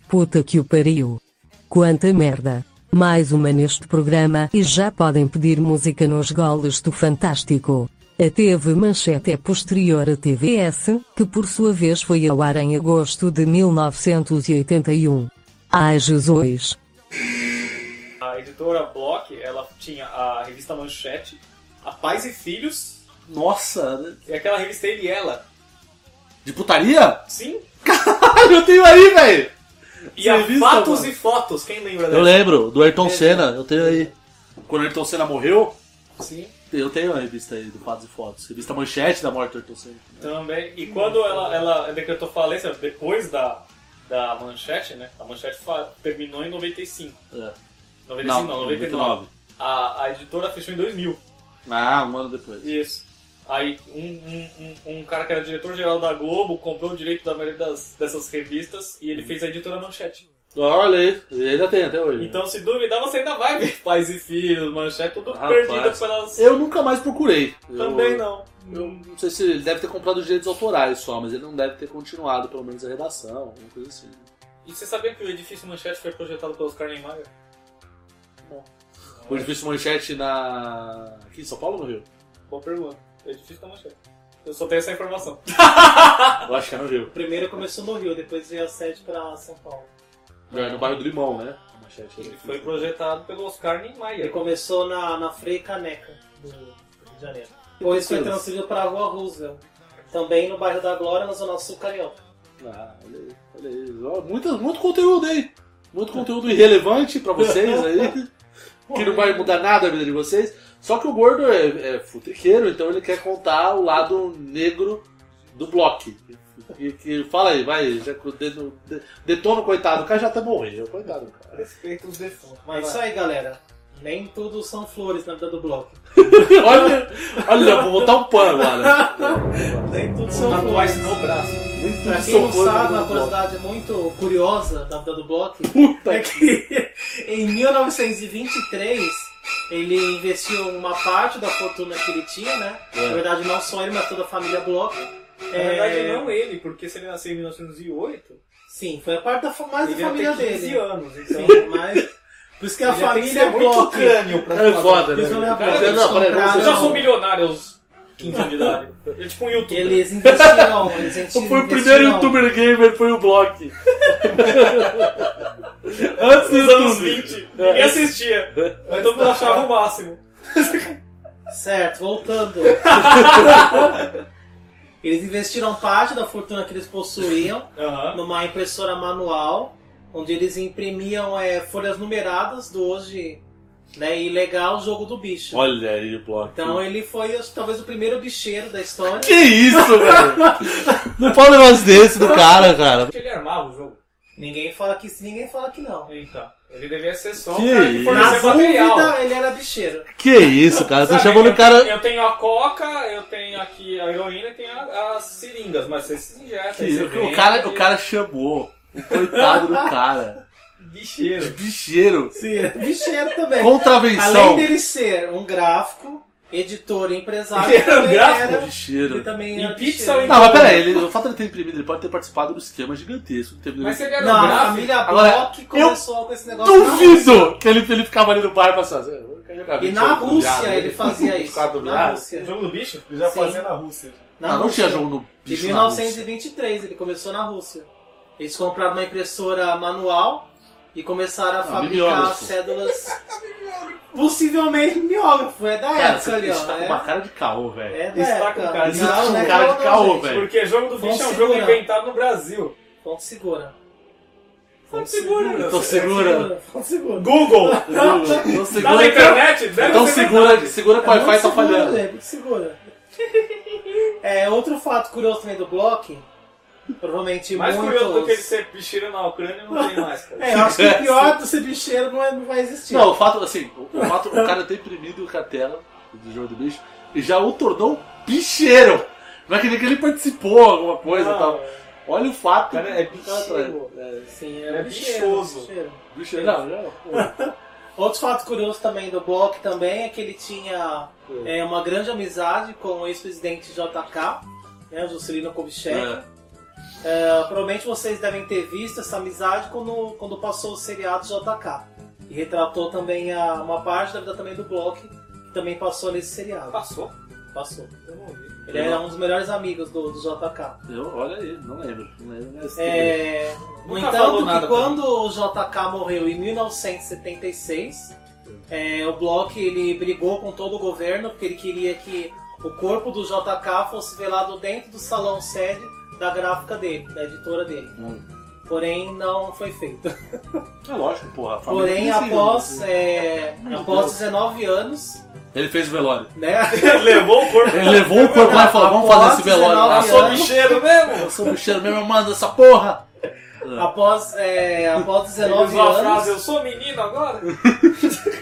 K: Puta que o pariu. Quanta merda. Mais uma neste programa e já podem pedir música nos goles do Fantástico. A TV Manchete é posterior à TVS, que por sua vez foi ao ar em agosto de 1981. Ai Jesus!
C: A editora Block, ela tinha a revista Manchete, a Pais e Filhos.
B: Nossa!
C: E aquela revista Ele e Ela.
B: De putaria?
C: Sim.
B: Caralho, eu tenho aí, velho!
C: E a
B: Revista,
C: Fatos
B: mano.
C: e Fotos, quem lembra dessa?
B: Eu lembro, do Ayrton Senna, eu tenho aí. É. Quando o Ayrton Senna morreu,
C: Sim.
B: eu tenho a revista aí do Fatos e Fotos. Revista Manchete da morte do Ayrton Senna.
C: Também. E quando ela, ela é decretou falência, depois da, da manchete, né? A manchete fa- terminou em 95.
B: É.
C: 95
B: Não,
C: assim, não, 99. A, a editora fechou em 2000.
B: Ah, um ano depois.
C: Isso. Aí um, um, um, um cara que era diretor-geral da Globo comprou o direito da maioria das, dessas revistas e ele
B: Uhum.
C: fez a editora manchete.
B: Olha aí, ele ainda tem até hoje.
C: Então se duvidar, você ainda vai ver pais e filhos, manchete, tudo
B: Rapaz,
C: perdido pelas...
B: Eu nunca mais procurei.
C: Também
B: Eu-
C: não.
B: Eu não sei se ele deve ter comprado os direitos autorais só, mas ele não deve ter continuado, pelo menos, a redação, alguma coisa assim.
C: E você sabia que o edifício manchete foi projetado pelo Oscar Niemeyer?
B: O edifício Manchete na. aqui em São Paulo ou no Rio?
C: Boa pergunta. É difícil da manchete. Eu só tenho essa informação.
B: Eu acho que é no Rio.
D: Primeiro começou no Rio, depois veio a sede pra São Paulo.
B: É no bairro do Limão, né? A Manchete.
C: Ele foi projetado pelo Oscar
D: Ele
C: Niemeyer.
D: começou na, na Frei Caneca, do Rio de Janeiro. Depois foi transferido pra Rua Roosevelt. Também no bairro da Glória, na Zona Sul Carioca.
B: Ah, olha aí, olha aí. Ó, Muito, muito conteúdo aí. Muito conteúdo irrelevante pra vocês aí. que não vai mudar nada a vida de vocês. Só que o gordo é, é futriqueiro, então ele quer contar o lado negro do bloco. E, que fala aí, vai, já, que o dedo- de- detona o coitado, o cara já até morreu, coitado do cara.
C: Respeita os defuntos.
D: É isso aí, galera. Nem tudo são flores na vida do bloco.
B: olha, olha, vou botar um pano, olha.
D: Nem tudo são flores.
C: Tatuagem no braço.
D: Pra quem não sabe, uma curiosidade muito curiosa da vida do Block é que em 1923 ele investiu uma parte da fortuna que ele tinha, né?
B: É.
D: Na verdade, não só ele, mas toda a família Block.
C: Na verdade, não ele, porque se ele nasceu em 1908,
D: Sim, foi a parte da, fa- mais
C: ele
D: da
C: já
D: família
C: tem 15
D: dele.
C: anos. Então,
D: Sim, mas. Por isso que a
A: é
C: Ele já tem que
D: família
C: ser muito
D: Block.
C: crânio pra
B: É foda, né?
D: Eles não levam
B: Cara,
D: pra eles
B: não, peraí,
D: compraram-
B: você
C: Eu já sou milionário aos 15 anos de idade. Eu, tipo um youtuber.
D: Eles investiram, eles investiram. um.
B: Foi o primeiro youtuber gamer, foi o Block. Antes do
C: Nos anos
B: YouTube.
C: 20, ninguém assistia. Mas todo mundo achava o máximo.
D: Certo, voltando. eles investiram parte da fortuna que eles possuíam
C: Aham.
D: numa impressora manual, onde eles imprimiam eh, folhas numeradas do hoje né, ilegal jogo do bicho.
B: Olha aí o Block.
D: Então ele foi acho, talvez o primeiro bicheiro da história.
B: Que isso, velho? Não fala um negócio desse do cara, cara.
C: Ele armava o jogo.
D: Ninguém fala que sim, ninguém fala que não.
C: Então, ele devia ser só um
B: Que
C: cara que
B: isso?
D: Na
C: fornecia material.
D: dúvida, ele era bicheiro.
B: Que isso, cara. Você
C: Sabe,
B: chamando
C: eu,
B: o cara.
C: eu tenho a coca, eu tenho aqui a heroína e tenho a- as seringas, mas você se injeta. aí
B: Que-
C: você
B: o,
C: vende,
B: cara o cara chamou o coitado do cara de
C: Bicheiro.
B: bicheiro.
D: Sim, bicheiro também. Além
B: Contravenção.
D: dele ser um gráfico, editor e empresário,
C: Ele era um
D: também
C: gráfico?
D: era- ele tá-
B: Bicheiro.
D: também
C: E
D: era
C: pixel
D: bicheiro.
B: Não, mas peraí, ele, o fato de ele ter imprimido, ele pode ter participado do esquema gigantesco. que teve no
C: Mas se ele era
D: Não,
C: um
D: a
C: gráfico,
D: família
B: Agora,
D: Bloch começou com esse negócio. na Rússia.
B: Duvido que ele, ele ficava ali no bar pra fazer.
D: E na Rússia ele fazia isso.
C: Ah,
D: Na
A: O
D: Rússia.
A: jogo do bicho? Ele já
D: Sim.
A: fazia na Rússia.
D: Na
B: Ah, Não, não
D: Rússia.
B: tinha jogo no
D: De
B: bicho na Rússia.
D: 1923, ele começou na Rússia. Eles compraram uma impressora manual e começaram a fabricar
B: Ah, mimeógrafo.
D: cédulas. Possivelmente miógrafo, é da
B: Cara,
D: época
B: você
D: ali,
B: tá com uma
D: ó.
B: cara de caô, velho.
D: É, é da
C: Isso tá
D: época.
C: com cara de-
D: Não,
B: isso
D: não é
B: com um cara de
D: não,
B: caô,
D: gente.
B: velho.
C: Porque jogo do bicho é um
D: Vamos
C: jogo
D: segurar.
C: inventado no Brasil.
D: Fonte segura.
C: Fonte segura.
B: Então segura.
D: Fonte segura.
C: Google!
B: Então
C: Tá na
B: segura.
C: internet? Deve
B: Então
C: ser
B: segura,
C: verdade.
B: segura que o
D: É muito
B: Wi-Fi tá
D: segura,
B: falhando.
D: gente, segura. É, outro fato curioso também do Block, provavelmente
C: Mais
D: muitos...
C: curioso do que ele ser bicheiro na Ucrânia não tem mais, cara.
D: É, eu acho que o pior do ser bicheiro não, é- não vai existir.
B: Não, o fato, assim, o, o fato, o cara ter imprimido a tela do jogo do bicho e já o tornou bicheiro. Não é que nem que ele participou alguma coisa e
D: Ah.
C: Não,
B: tal. Olha o fato.
C: Cara, é
B: bicheiro.
D: Sim,
C: É
D: é,
C: bichoso.
B: Bicheiro. É.
D: Não, Outros fatos curiosos também do Block também é que ele tinha
B: Hum.
D: é, uma grande amizade com o ex-presidente JK, né, o Juscelino Kubitschek.
B: Ah.
D: É, provavelmente vocês devem ter visto essa amizade quando, quando passou o seriado JK. E retratou também a- uma parte da vida também do Block, que também passou nesse seriado.
C: Passou?
D: Passou.
C: Eu não vi.
D: Ele era um dos melhores amigos do, do JK.
B: Eu, olha aí, não lembro. Não lembro mas-
D: É, no
B: Nunca
D: entanto,
B: falou
D: que
B: nada pra
D: quando o JK morreu em 1976, é, o Bloch ele brigou com todo o governo porque ele queria que o corpo do JK fosse velado dentro do salão sede da gráfica dele, da editora dele. Porém, não foi feito.
B: É lógico, porra. a família
D: Porém,
B: precisa,
D: após,
B: né?
D: é,
B: Meu
D: após
B: Deus.
D: 19 anos,
B: Ele fez o velório.
D: né?
C: levou o
D: É.
C: corpo.
B: Ele levou o corpo lá e falou, vamos fazer esse velório. lá.
D: Após 19 anos.
C: cheiro mesmo?
B: Eu sou bicheiro mesmo, eu mando essa porra.
D: Após, é, após
C: Ele
D: 19
C: usou a
D: anos.
C: frase, eu sou menino agora?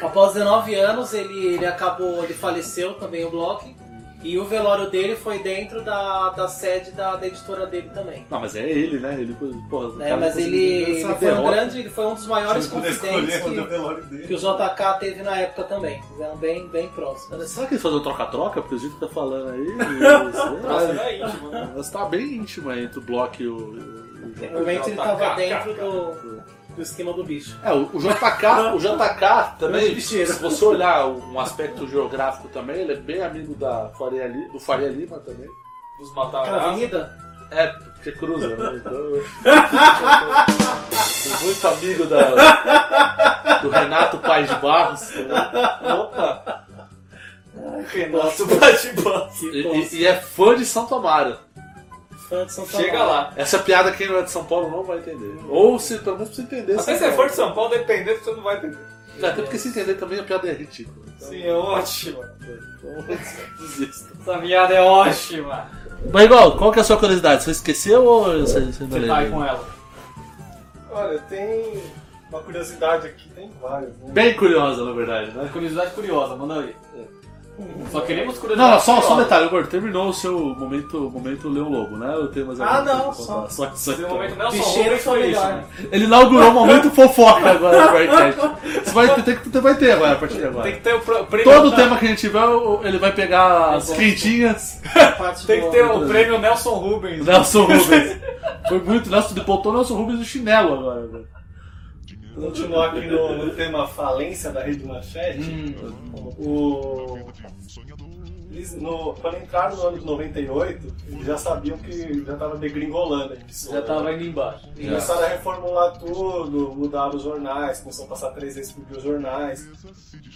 D: Após 19 anos, ele, ele acabou, ele faleceu também o Block. E o velório dele foi dentro da, da sede da, da editora dele também.
B: Não, mas é ele, né? Ele, porra, o
D: né?
B: cara
D: Mas ele,
B: conseguiu
D: ele
B: essa
D: foi um
B: é derrota.
D: grande, ele foi um dos maiores
A: Se eu puder
D: confidentes
A: escolher, eu
D: que,
A: velório dele.
D: que o JK teve na época também. Eles eram bem, bem próximos.
B: Será que eles fazem um troca-troca? Porque o jeito que tá falando aí. sei
C: Nossa,
B: lá.
C: não é íntimo, né?
B: Mas tá bem íntima entre o Block e o. e o JK.
D: Provavelmente
C: JK,
D: ele estava dentro do, do esquema do bicho.
B: É, o o JK, o JK
D: Grande
B: também, se
D: bicheira.
B: você olhar um aspecto geográfico também, ele é bem amigo da Faria Lima, do Faria Lima também.
C: Dos
D: Aquela
C: matarazos.
D: avenida?
B: É, porque cruza, né? Então. eu- eu sou muito amigo da, do Renato Paz de Barros. né?
C: Opa!
D: Nossa,
C: Renato bate
D: que
B: E,
D: bosta.
B: e- e é fã de Santo Amaro.
D: Fã de São Paulo.
C: Chega lá.
B: Essa piada quem não é de São Paulo não vai entender. Ou se pelo menos precisa entender.
C: Até se você for de São Paulo, dependendo, você não vai entender.
B: Paulo. Até porque se entender também a piada é ridícula.
C: Sim, é ótima.
B: Então, desista.
C: Essa miada é ótima.
B: Mas igual, qual que é a sua curiosidade? Você esqueceu ou você, você ainda
C: Você tá aí
B: lembra?
C: com ela.
A: Olha, tem uma curiosidade aqui, tem várias, né?
B: Bem curiosa, na verdade, né?
C: Curiosidade curiosa, manda aí. Só queremos
B: Não,
C: curiosidade
B: não, só, só um
C: curiosa.
B: detalhe, Gordo, terminou o seu momento, momento Leão Lobo, né? Eu tenho mais
D: Ah,
B: alguma
D: não,
B: coisa pra contar, só isso aí.
C: Esse momento Nelson
D: Bicheiro
C: Rubens
D: foi
C: foi isso.
D: melhor.
C: né?
B: Ele inaugurou o momento fofoca agora no Brightcast. Você vai ter, que- vai ter agora, a partir de
C: Tem
B: agora.
C: que ter o pr- prêmio.
B: Todo
C: Nelson-
B: tema que a gente tiver, ele vai pegar as
D: gosto.
B: quentinhas
D: A parte
C: Tem que
D: do-
C: ter o prêmio Nelson Rubens.
B: do Nelson Rubens. Foi muito, Nelson, ele botou o Nelson Rubens no chinelo agora. velho.
A: Continuar aqui no, no tema falência da Rede Manchete, o... eles no- quando entraram no ano de 98, eles já sabiam que já estava degringolando a emissora.
C: Já tava indo embaixo.
A: Eles Começaram a reformular tudo, mudaram os jornais, começaram a passar três vezes por dia os jornais.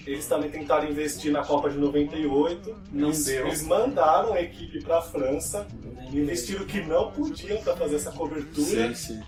A: Eles também tentaram investir na Copa de 98.
C: Não
A: eles,
C: deu.
A: Eles mandaram a equipe pra França, investiram o que não podiam pra fazer essa cobertura.
B: Sim, sim.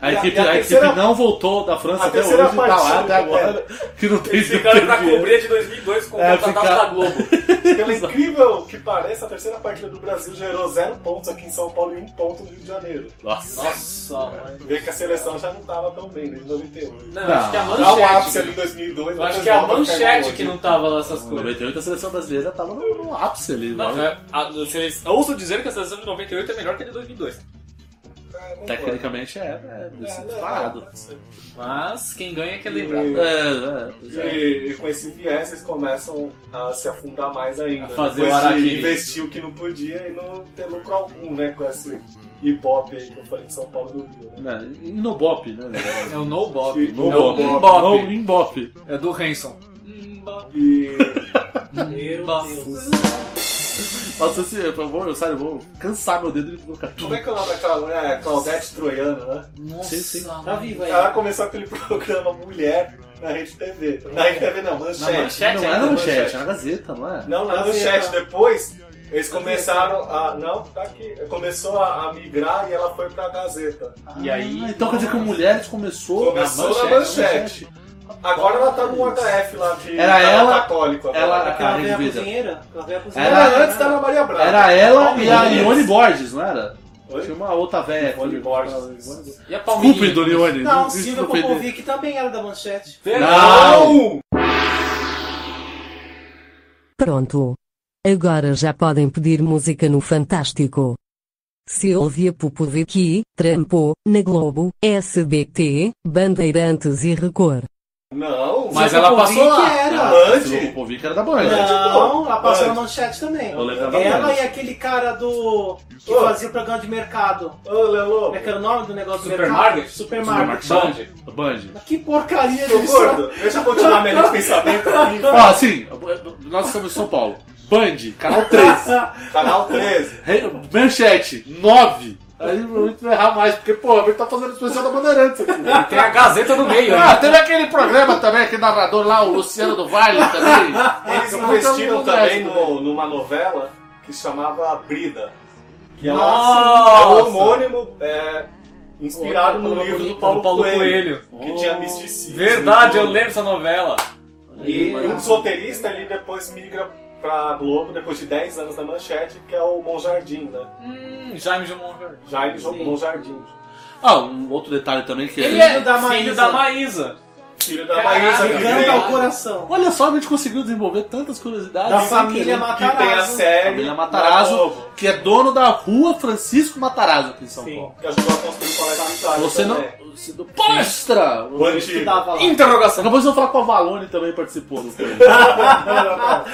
B: A,
A: E a-
B: equipe,
A: e a
B: a
A: terceira-
B: equipe não voltou da França
A: a
B: até hoje,
A: terceira
B: tá lá
A: partida,
B: até agora, que não tem
C: Eles ficaram
A: tá
C: pra
B: dinheiro.
C: cobrir a tá de 2002 com o
B: É,
C: contratado
B: ficar-
C: da Globo.
A: Pelo incrível que pareça, a terceira partida do Brasil gerou zero pontos aqui em São Paulo e um ponto no Rio de Janeiro.
B: Nossa.
C: Nossa, mano.
A: Vê que a seleção já não tava tão bem né, desde 98.
C: Não, eu acho que é
B: Ah,
C: a
A: um.
B: é
A: Dá o ápice
C: manchete.
A: ali em 2002.
C: Eu acho
A: depois
C: que é a
A: volta a cair
C: manchete
A: na
C: que
A: outra.
C: não tava lá essas
B: Em
C: coisas.
B: 98 a seleção brasileira já tava no, no ápice ali,
C: Não,
B: né?
C: é- a- vocês- ouso dizer que a seleção de 98 é melhor que a de 2002.
A: É, não
B: Tecnicamente é, né?
A: pode. É, não,
B: Parado.
A: não sei.
C: Mas quem ganha é que é
A: E-
C: lembrado.
B: É, é, é.
A: E, e com esse viés eles começam a se afundar mais ainda.
C: A fazer
A: Depois
C: o
A: de
C: araquiri.
A: investir o que não podia e não ter lucro algum, né? Com esse ibope aí que eu falei de São Paulo do Rio, né?
B: Não, e no Bop, é, né? né?
C: É o No Bop.
A: E-
C: É o
B: Bop.
A: No
B: No
C: Bop.
B: Imbop.
C: É do Hanson.
A: E
D: Meu Deus.
B: Nossa, assim, por favor, eu saio, eu vou cansar meu dedo de colocar tudo.
A: como é que é o nome daquela é, Claudete Troiano, né?
B: Sim, sim. Ah,
D: Tá vivo aí.
A: Ela começou aquele programa Mulher na Rede TV. Na Rede TV não,
C: Na
A: Manchete.
C: manchete
B: Não
C: ainda?
B: é na manchete, é na Gazeta, não é?
A: Não, na Manchete. Depois eles começaram a... Não, tá aqui. Começou a, a migrar e ela foi pra Gazeta.
C: E aí?
B: Ah, então quer dizer que o Mulheres começou, né?
A: Começou na manchete. Agora ela tá no HF lá de
B: Era ela-
A: católico. agora.
B: ela-
D: Aquela
B: Ah,
D: velha
B: indivíduo.
D: cozinheira. Aquela velha cozinheira.
A: Era
B: Era-
A: antes da Ana Maria Braga.
B: Era ela e a
A: Palmeiras.
B: Ione Borges, não era?
A: Oi?
B: Tinha uma outra velha.
A: Ione Borges.
C: E a Palmeirinha?
B: Desculpe, Dona Ione.
D: Não,
B: me
D: Silvia
B: ofender.
D: Popovic também era da manchete.
B: Não!
K: Pronto. Agora já podem pedir música no Fantástico. Silvia Popovici, trampou, na Globo, SBT, Bandeirantes e Record.
A: Não,
B: Mas
A: Silvia
B: ela Ah,
A: Popovic
B: passou lá.
A: era.
B: Ela-
A: Band.
B: Silvia Popovic era da Band.
D: Não, ela passou na
A: Band.
D: manchete também.
B: Eu lembro da
D: Ela
B: Band.
D: e aquele cara do. que
A: Ô.
D: fazia o programa de mercado.
A: Ô, Lelo.
D: Como é que era o nome do negócio do mercado?
C: Supermarket?
D: Supermarket.
B: Supermarket. Band.
D: Que porcaria de
A: Tô gordo.
D: som.
A: Deixa eu continuar minha linha de pensamento aqui.
B: Ó, assim, nós estamos em São Paulo. Band, canal 13.
A: Canal 13.
B: Re- Manchete, 9. Aí eu não vai errar mais, porque, pô, ele tá fazendo especial da Bandeirantes aqui.
C: Tem a Gazeta no meio,
B: Ah,
C: né?
B: teve aquele programa também, é aquele narrador lá, o Luciano do Vale também.
A: Eles
B: Então,
A: investiram
B: todo mundo
A: também
B: é assim,
A: no- numa novela que se chamava Brida. Que é um
C: Nossa!
A: é um homônimo é, inspirado
D: Olha,
A: no
D: Paulo
A: livro do
D: Coelho.
A: Paulo,
C: Paulo
A: Coelho,
C: Coelho.
A: Que tinha misticismo.
C: Verdade,
A: e
C: eu
A: tudo.
C: lembro essa novela.
A: E um dos roteiristas ele depois migra pra Globo, depois de 10 anos da manchete, que é o Monjardim, né?
C: Hum, Jaime de Monver.
A: Jaime João Monjardim.
B: Ah, um outro detalhe também que
C: Ele
B: é.
C: é
D: da
C: filho
D: Maísa.
C: da Maísa.
A: Filho da
C: Caraca,
A: Maísa, que,
D: Ligando ao
A: tem,
D: coração.
B: Olha só, a gente conseguiu desenvolver tantas
D: Da
B: curiosidades.
D: família
A: que tem a
D: Matarazzo.
A: série.
B: Família Matarazzo.
A: da Globo,
B: Que é dono da rua Francisco Matarazzo aqui em São
D: Sim.
B: Paulo.
A: Que ajudou a construir o Colégio Militar.
B: Você não.
A: também.
B: Você não palestra!
A: O
D: Eu
A: antigo.
D: estudava lá.
C: Interrogação.
B: Depois eu vou falar com a Valone também participou do programa.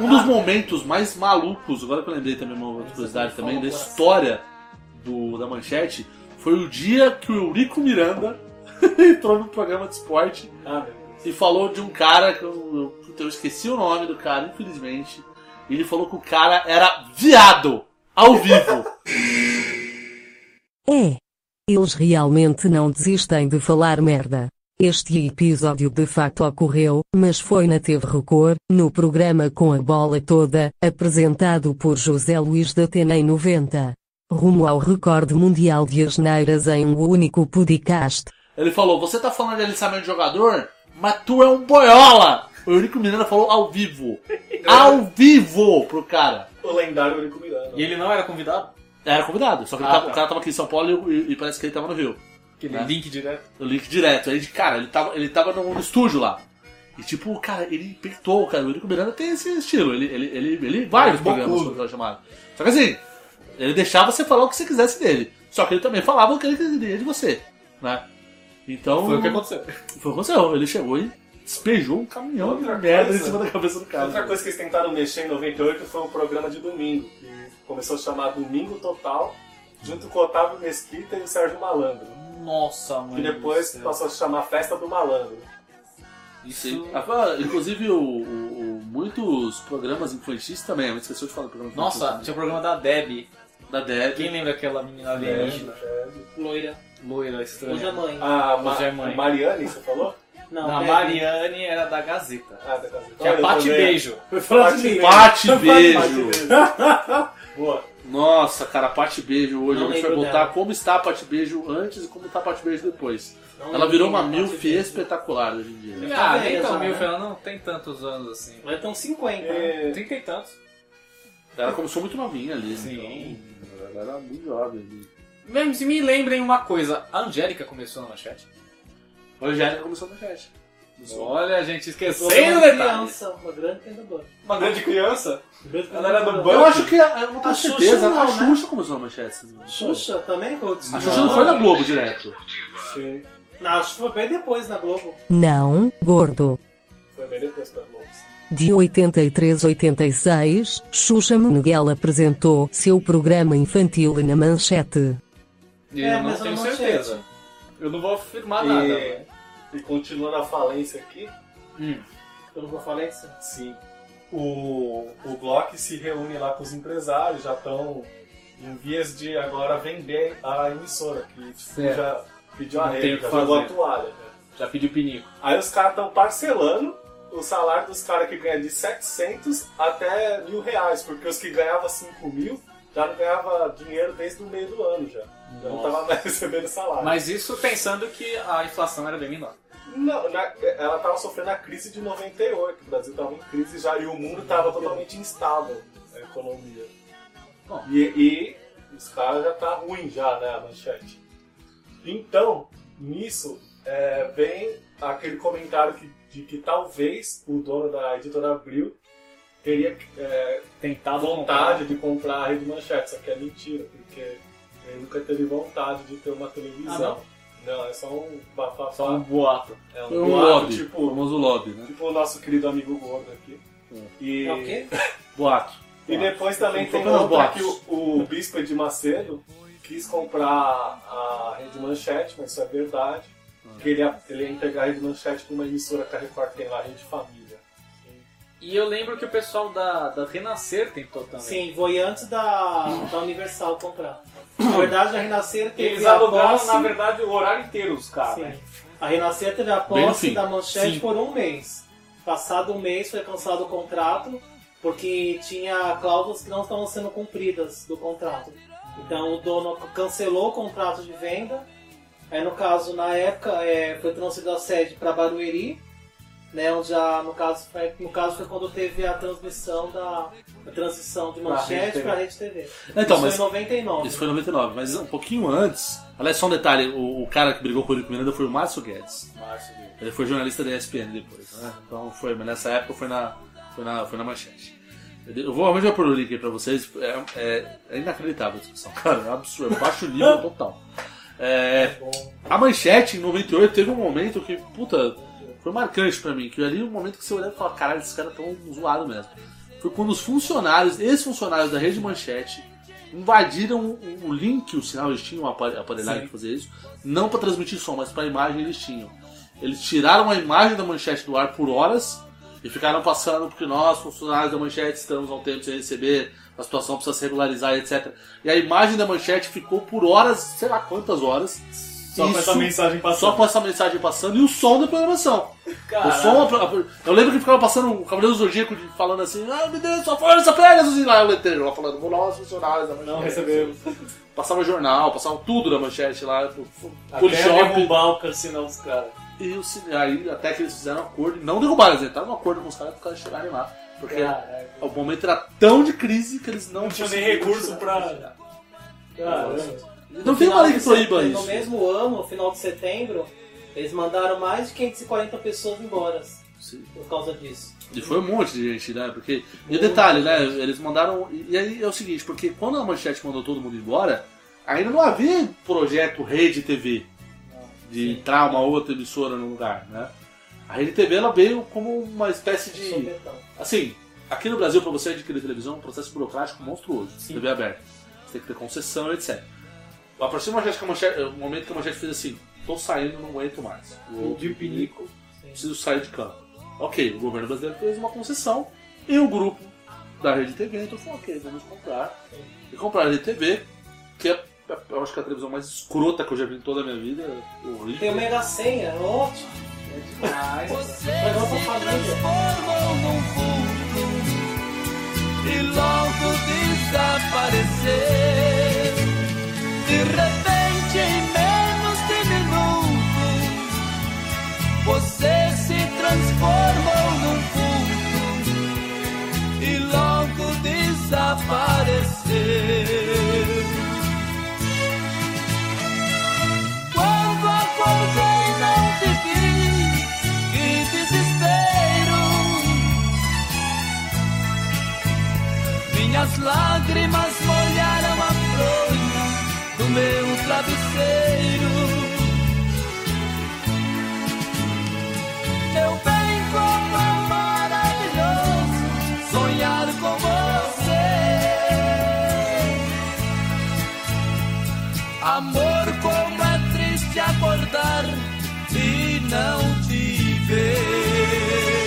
B: Um dos momentos mais malucos, agora que eu lembrei também uma outra curiosidade também, da história do, da manchete, foi o dia que o Eurico Miranda entrou no programa de esporte
A: Ah, meu Deus.
B: e falou de um cara que eu, eu- puta, eu esqueci o nome do cara, infelizmente. E ele falou que o cara era viado ao vivo.
K: É. Eles realmente não desistem de falar merda. Este episódio de facto ocorreu, mas foi na TV Record, no programa Com a Bola Toda, apresentado por José Luís da Atena em 90. Rumo ao recorde mundial de asneiras em um único podcast.
B: Ele falou: Você tá falando de alistamento de jogador? Mas tu é um boiola! O Eurico Miranda falou ao vivo. ao vivo pro cara.
A: O lendário né? Eurico Miranda.
C: E ele não era convidado?
B: Era convidado, só que ele
C: Ah,
B: tava-
C: tá.
B: o cara tava aqui em São Paulo e, e- e parece que ele tava no Rio.
C: Aquele
B: Né?
C: link direto.
B: O link direto. Aí, cara, ele tava, ele tava no, no estúdio lá. E tipo, cara, ele peitou, cara. O Eurico Miranda tem esse estilo. Ele, ele, ele, ele vai nos
C: Bom
B: programas,
C: clube.
B: como chamado. Só que assim, ele deixava você falar o que você quisesse dele. Só que ele também falava o que ele queria de você, né? Então.
C: Foi o que aconteceu.
B: Foi o que aconteceu. Ele chegou e despejou um caminhão
A: Outra
B: de merda
A: coisa.
B: em cima da cabeça do cara. né?
A: Outra coisa que eles tentaram mexer em 98 foi um programa de domingo, que começou a chamar Domingo Total, junto com o Otávio Mesquita e o Sérgio Malandro.
C: Nossa, mano.
A: E depois passou a se chamar Festa do Malandro.
B: Sim. Ah, Inclusive, o, o- o- muitos programas infantis também. Eu esqueci de falar do programa
C: Nossa,
B: infantil.
C: tinha o programa da Deb.
B: da Deb.
C: Quem lembra aquela menina alienígena?
D: Loira.
C: Loira,
D: Hoje a
C: estranha.
D: mãe.
A: A, Ma
C: Hoje é mãe.
A: a Mariane, você falou?
D: Não,
C: A
D: peraí.
C: Mariane era da Gazeta.
A: Ah, da casa.
B: é
C: Tinha
A: Olha,
C: Pate
A: eu também.
C: Beijo.
A: Pate
D: de mim.
B: Pate
A: Pate
B: Beijo.
A: Boa.
B: Nossa, cara, Pate Beijo hoje.
D: Não
B: a gente vai
D: lembro
B: botar
D: dela.
B: como está a Pate Beijo antes e como está a Pate Beijo depois. Então,
D: Não
B: Ela
D: lembro
B: virou uma
D: quem é
B: milf
D: Pathy Beijo.
B: espetacular hoje em dia. né?
C: Ah,
D: velha
C: nem
D: já,
C: tão mil,
D: né?
C: ela não tem tantos anos assim.
D: Vai ter uns 50. né?
A: E-
C: Trinta e tantos.
B: Ela começou muito novinha ali. né?
C: Sim.
B: Então, ela era muito jovem ali.
C: Mesmo se me lembrem uma coisa, a Angélica começou na manchete.
B: A Angélica começou no chat.
C: Olha, a gente esqueceu
D: Uma grande
C: do detalhe.
D: criança, uma grande criança.
C: Uma grande criança? Ela era do
B: Eu
C: Bambi?
B: acho que. Eu não tenho
D: A Xuxa
B: certeza.
D: não,
B: a
D: né?
B: Xuxa começou na manchete. se não me engano.
D: Xuxa também? Rodrigo?
B: A Xuxa não foi na Globo direto.
A: Sim.
D: Não, acho que foi bem depois na Globo.
K: Não, gordo.
A: Foi bem depois pra Globo.
K: De 83 a 86, Xuxa Meneghel apresentou seu programa infantil na Manchete.
C: Eu
D: É,
C: não
D: mas eu
C: tenho
D: não achei.
C: certeza. Eu não vou afirmar nada. né?
A: E,
C: velho.
A: e continuando a falência aqui,
D: Pelo que eu falei, sim.
B: Tá
A: Sim. O, o Glock se reúne lá com os empresários, já estão em vias de agora vender a emissora, que tipo,
C: Certo.
A: já pediu a
C: Não tem o
A: rede,
C: que
A: já jogou a
C: fazer.
A: toalha. né?
C: Já pediu pinico.
A: Aí os caras estão parcelando o salário dos caras que ganha de 700 até mil reais, porque os que ganhavam 5 mil já não ganhava dinheiro desde o meio do ano já. Já não
C: Nossa.
A: tava mais recebendo salário.
C: Mas isso pensando que a inflação era bem menor.
A: Não, na- ela tava sofrendo a crise de 98, o Brasil tava em crise já e o mundo tava totalmente instável, a economia.
C: Bom.
A: E, e os caras já tá ruim já, né, a manchete. Então, nisso, é, vem aquele comentário que, de que talvez o dono da editora Abril teria é, tentado vontade de comprar a Rede Manchete, só que é mentira, porque ele nunca teve vontade de ter uma televisão. Ah, não? é só um bafafá. Só um boato. É um,
B: Um
A: boato,
B: lobby,
A: tipo...
B: o famoso lobby, né?
A: Tipo o nosso querido amigo gordo aqui. E...
D: É o quê?
B: Boato.
A: E depois também tem
B: Apenas
A: outra
B: boatos.
A: que o, o Bispo de Macedo quis comprar a Rede Manchete, mas isso é verdade.
C: Ah.
A: Que ele ia, ele ia entregar a Rede Manchete para uma emissora que a Record tem lá, Rede Família.
M: E eu lembro que o pessoal da, da Renascer tentou também.
D: Sim, foi antes da, da Universal comprar. Na verdade, a Renascer teve
C: Eles
D: a
C: alugaram,
D: posse-
C: na verdade, o horário inteiro os caras.
D: Sim.
C: né?
D: A Renascer teve a
C: Bem no
D: posse
C: fim.
D: da manchete
C: Sim.
D: por um mês. Passado um mês foi cancelado o contrato, porque tinha cláusulas que não estavam sendo cumpridas do contrato. Então o dono cancelou o contrato de venda. Aí no caso, na época, eh, foi transferida a sede para Barueri, né, onde a, no, caso, foi- no caso foi quando teve a transmissão da a transição de
B: Pra
D: manchete
B: RedeTV.
D: para a Rede TV.
B: Então,
D: Isso
B: mas-
D: foi em 99.
B: Isso foi em 99, mas um pouquinho antes. Aliás, só um detalhe: o, o cara que brigou com o Eurico Miranda foi o Márcio Guedes.
M: Márcio Guedes.
B: Ele foi jornalista da ESPN depois, né? Então foi, mas nessa época foi na, foi na, foi na manchete. Eu de- Eu vou realmente pôr o link aí pra vocês. É, é- é inacreditável a discussão, cara. É um absurdo. é Baixo nível total. É, a manchete em 98 teve um momento que, puta, foi marcante pra mim. Que ali um momento que você olhava e falava, caralho, esses caras tão zoados mesmo. Foi quando os funcionários, ex-funcionários da rede manchete, invadiram o- o link, o sinal, eles tinham uma apa- aparelhagem
M: Sim.
B: que fazia isso, não pra transmitir som, mas pra imagem eles tinham. Eles tiraram a imagem da manchete do ar por horas e ficaram passando porque nós, funcionários da manchete, estamos há um tempo sem receber, a situação precisa se regularizar, etc. E a imagem da manchete ficou por horas, sei lá quantas horas.
C: Só com essa mensagem passando.
B: Só com essa mensagem passando e o som da programação. O som, a- a- eu lembro que ficava passando o Cavaleiro do Zodíaco de- falando assim, ah, me dê sua força, férias, e lá o letreiro, lá falando, vou lá, os funcionários da manchete.
C: Não recebemos.
B: Passava jornal, passava tudo da manchete lá, pro- pro-
C: Até
B: Polishop.
C: derrubar o cancinão dos caras.
B: E o cine- aí até que eles fizeram um acordo, e não derrubaram, eles entraram num acordo com os caras para os caras chegarem lá. Porque
D: É,
C: Caraca.
B: o momento era tão de crise que eles não,
C: É. Não tinha nem
B: conseguiam
C: recurso
B: chegar.
C: pra.
D: Caramba.
B: Não tem uma lei que proíba
D: No
B: isso.
D: mesmo ano, no final de setembro, eles mandaram mais de 540 pessoas embora por causa disso.
B: E foi um monte de gente, né? Porque. E o detalhe, né? Eles mandaram. E aí é o seguinte, porque quando a manchete mandou todo mundo embora, ainda não havia projeto Rede TV de entrar uma outra emissora no lugar, né? A Rede TV ela veio como uma espécie de. Assim, aqui no Brasil, pra você adquirir televisão, é um processo burocrático monstruoso. TV aberta. Você tem que ter concessão, etc. A partir do manchete que a manchete- é, o momento que a manchete fez assim, tô saindo, não aguento mais. Vou-
C: De pinico.
B: preciso sair de campo. Ok, o governo brasileiro fez uma concessão e o grupo da Rede TV então falou, ok, vamos comprar. E compraram a Rede TV, que é, eu acho que é a televisão mais escrota que eu já vi em toda a minha vida. Horrível.
D: Tem o Mega Senha, ótimo. É demais. Mas não pra família.
H: e logo desaparecer. De repente, em menos de minutos, você se transformou num vulto e logo desapareceu. Quando acordei, não te vi, que desespero. Minhas lágrimas molharam a fronha do meu travesseiro. Meu bem, como é maravilhoso sonhar com você. Amor, como é triste acordar e não te ver.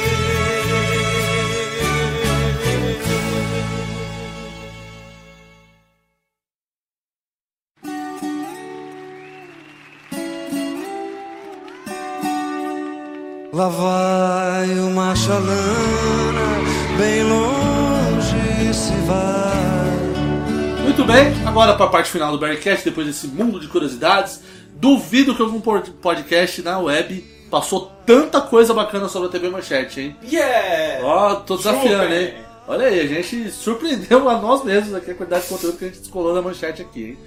N: Lá vai uma chalana, bem longe se vai.
B: Muito bem, agora para a parte final do Bearcast, depois desse mundo de curiosidades. Duvido que algum pod- podcast na web passou tanta coisa bacana sobre a TV Manchete, hein?
D: É.
C: Yeah!
B: Ó, tô desafiando,
C: Super.
B: hein? Olha aí, a gente surpreendeu a nós mesmos aqui a quantidade de conteúdo que a gente descolou da manchete aqui, hein?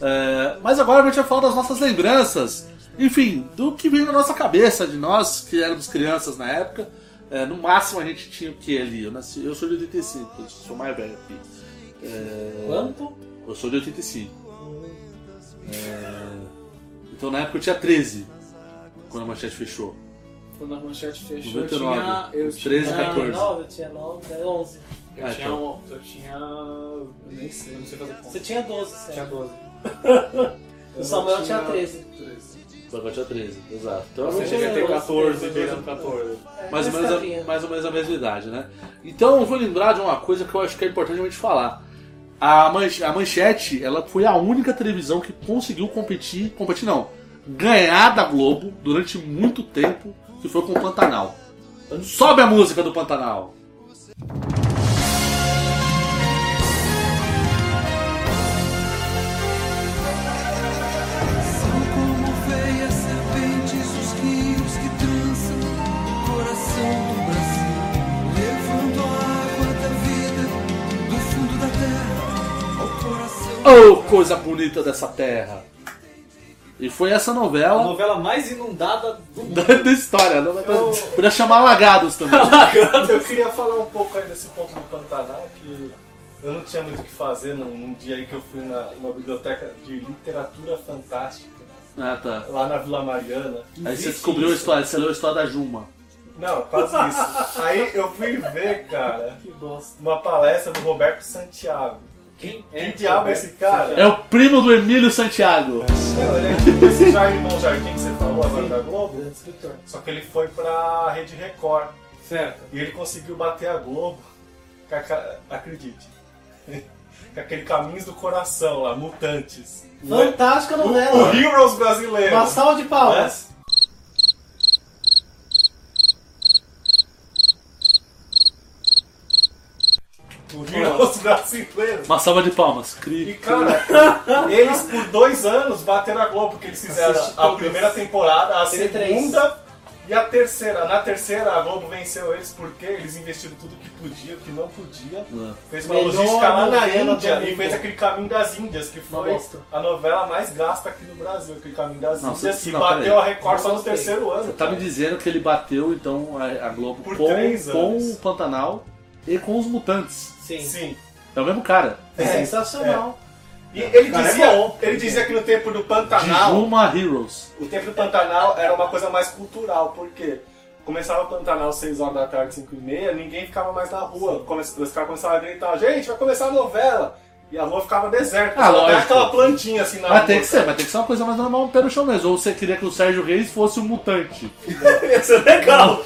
B: É, mas agora a gente vai falar das nossas lembranças. Enfim, do que veio na nossa cabeça de nós que éramos crianças na época. É, no máximo a gente tinha o que ali? Eu, nasci, eu sou de 85, eu sou mais velho. Pi. É,
D: Quanto?
B: Eu sou de 85. É, então na época eu tinha 13, quando a manchete fechou.
C: Quando a manchete fechou,
B: 99,
C: eu tinha. Eu
B: uns 13,
C: tinha,
B: 14.
D: 9, Ah, eu tinha é 9, 11.
C: Eu,
B: Ah,
C: tinha
B: então.
C: um, eu tinha. Eu nem sei, eu não sei fazer conta.
D: Você tinha 12, certo?
C: Tinha 12.
D: O Samuel tinha 13.
C: 13.
B: Só tinha 13, exato. Então
C: Ou
B: eu não
C: seja,
B: tinha-
C: ia ter 14, beirando 14.
B: mais, ou menos a, mais ou menos a mesma idade, né? Então eu vou lembrar de uma coisa que eu acho que é importante a gente falar. A, Manche- a Manchete, ela foi a única televisão que conseguiu competir, competir não, ganhar da Globo durante muito tempo, que foi com o Pantanal. Sobe a música do Pantanal!
H: São como veias serpentes os rios que trançam o coração do Brasil, levando a água da vida do fundo da terra ao coração.
B: Oh, coisa bonita dessa terra! E foi essa novela.
C: A novela mais inundada do mundo.
B: da história. Não, Podia chamar Lagados também.
A: Eu queria falar um pouco aí desse ponto do Pantanal, que eu não tinha muito o que fazer num, num dia aí que eu fui na, numa biblioteca de literatura fantástica,
B: Ah, tá.
A: lá na Vila Mariana.
B: Aí você
A: Existe
B: descobriu a
A: isso?
B: história, você leu a história da Juma.
A: Não, quase isso. Aí eu fui ver, cara, uma palestra do Roberto Santiago.
C: Quem,
A: Quem diabo é esse cara?
B: É o primo do Emílio Santiago.
A: Não, ele é esse Jair Mão Jardim que você falou agora da Globo. Só que ele foi pra Rede Record.
C: Certo.
A: E ele conseguiu bater a Globo. com a ca- acredite. Com aquele Caminhos do Coração lá, Mutantes.
D: Fantástica
A: O-
D: novela.
A: O Heroes brasileiro.
D: Uma salva de palmas.
A: Né? O Heroes brasileiro.
B: Uma salva de palmas. Cri,
A: E cara, eles por dois anos bateram a Globo, porque eles fizeram
B: Assisti
A: a
B: todas.
A: primeira temporada, a
B: Teve três.
A: segunda e a terceira. Na terceira a Globo venceu eles porque eles investiram tudo que podia, o que não podia.
B: É.
A: Fez uma
B: Melhor
A: logística lá na
B: novela do
A: Índia e
B: mundo.
A: fez aquele caminho das Índias, que foi
B: bosta.
A: a novela mais gasta aqui no Brasil, aquele caminho das
B: Não,
A: Índias,
B: você-
A: que
B: não,
A: bateu
B: peraí.
A: a Record só no
B: Você
A: terceiro ano.
B: tá me dizendo que ele bateu então a, a Globo
A: Por
B: com,
A: três
B: com
A: anos.
B: o Pantanal e com os mutantes.
D: Sim.
A: Sim.
B: É o mesmo cara.
A: É,
D: sensacional.
A: E ele
B: Cara, é
A: dizia,
B: bom.
A: ele dizia que no tempo do Pantanal.
B: Juma Heroes.
A: O tempo do Pantanal era uma coisa mais cultural, porque começava o Pantanal às 6 horas da tarde, 5 e meia, ninguém ficava mais na rua. Come- Os caras começavam a gritar, gente, vai começar a novela! E a rua ficava deserta, só
B: Ah,
A: até
B: lógico.
A: aquela plantinha assim na
B: Mas
A: rua.
B: tem que ser, mas tem que ser uma coisa mais normal, um pé no chão mesmo. Ou você queria que o Sérgio Reis fosse um mutante.
A: Isso é legal!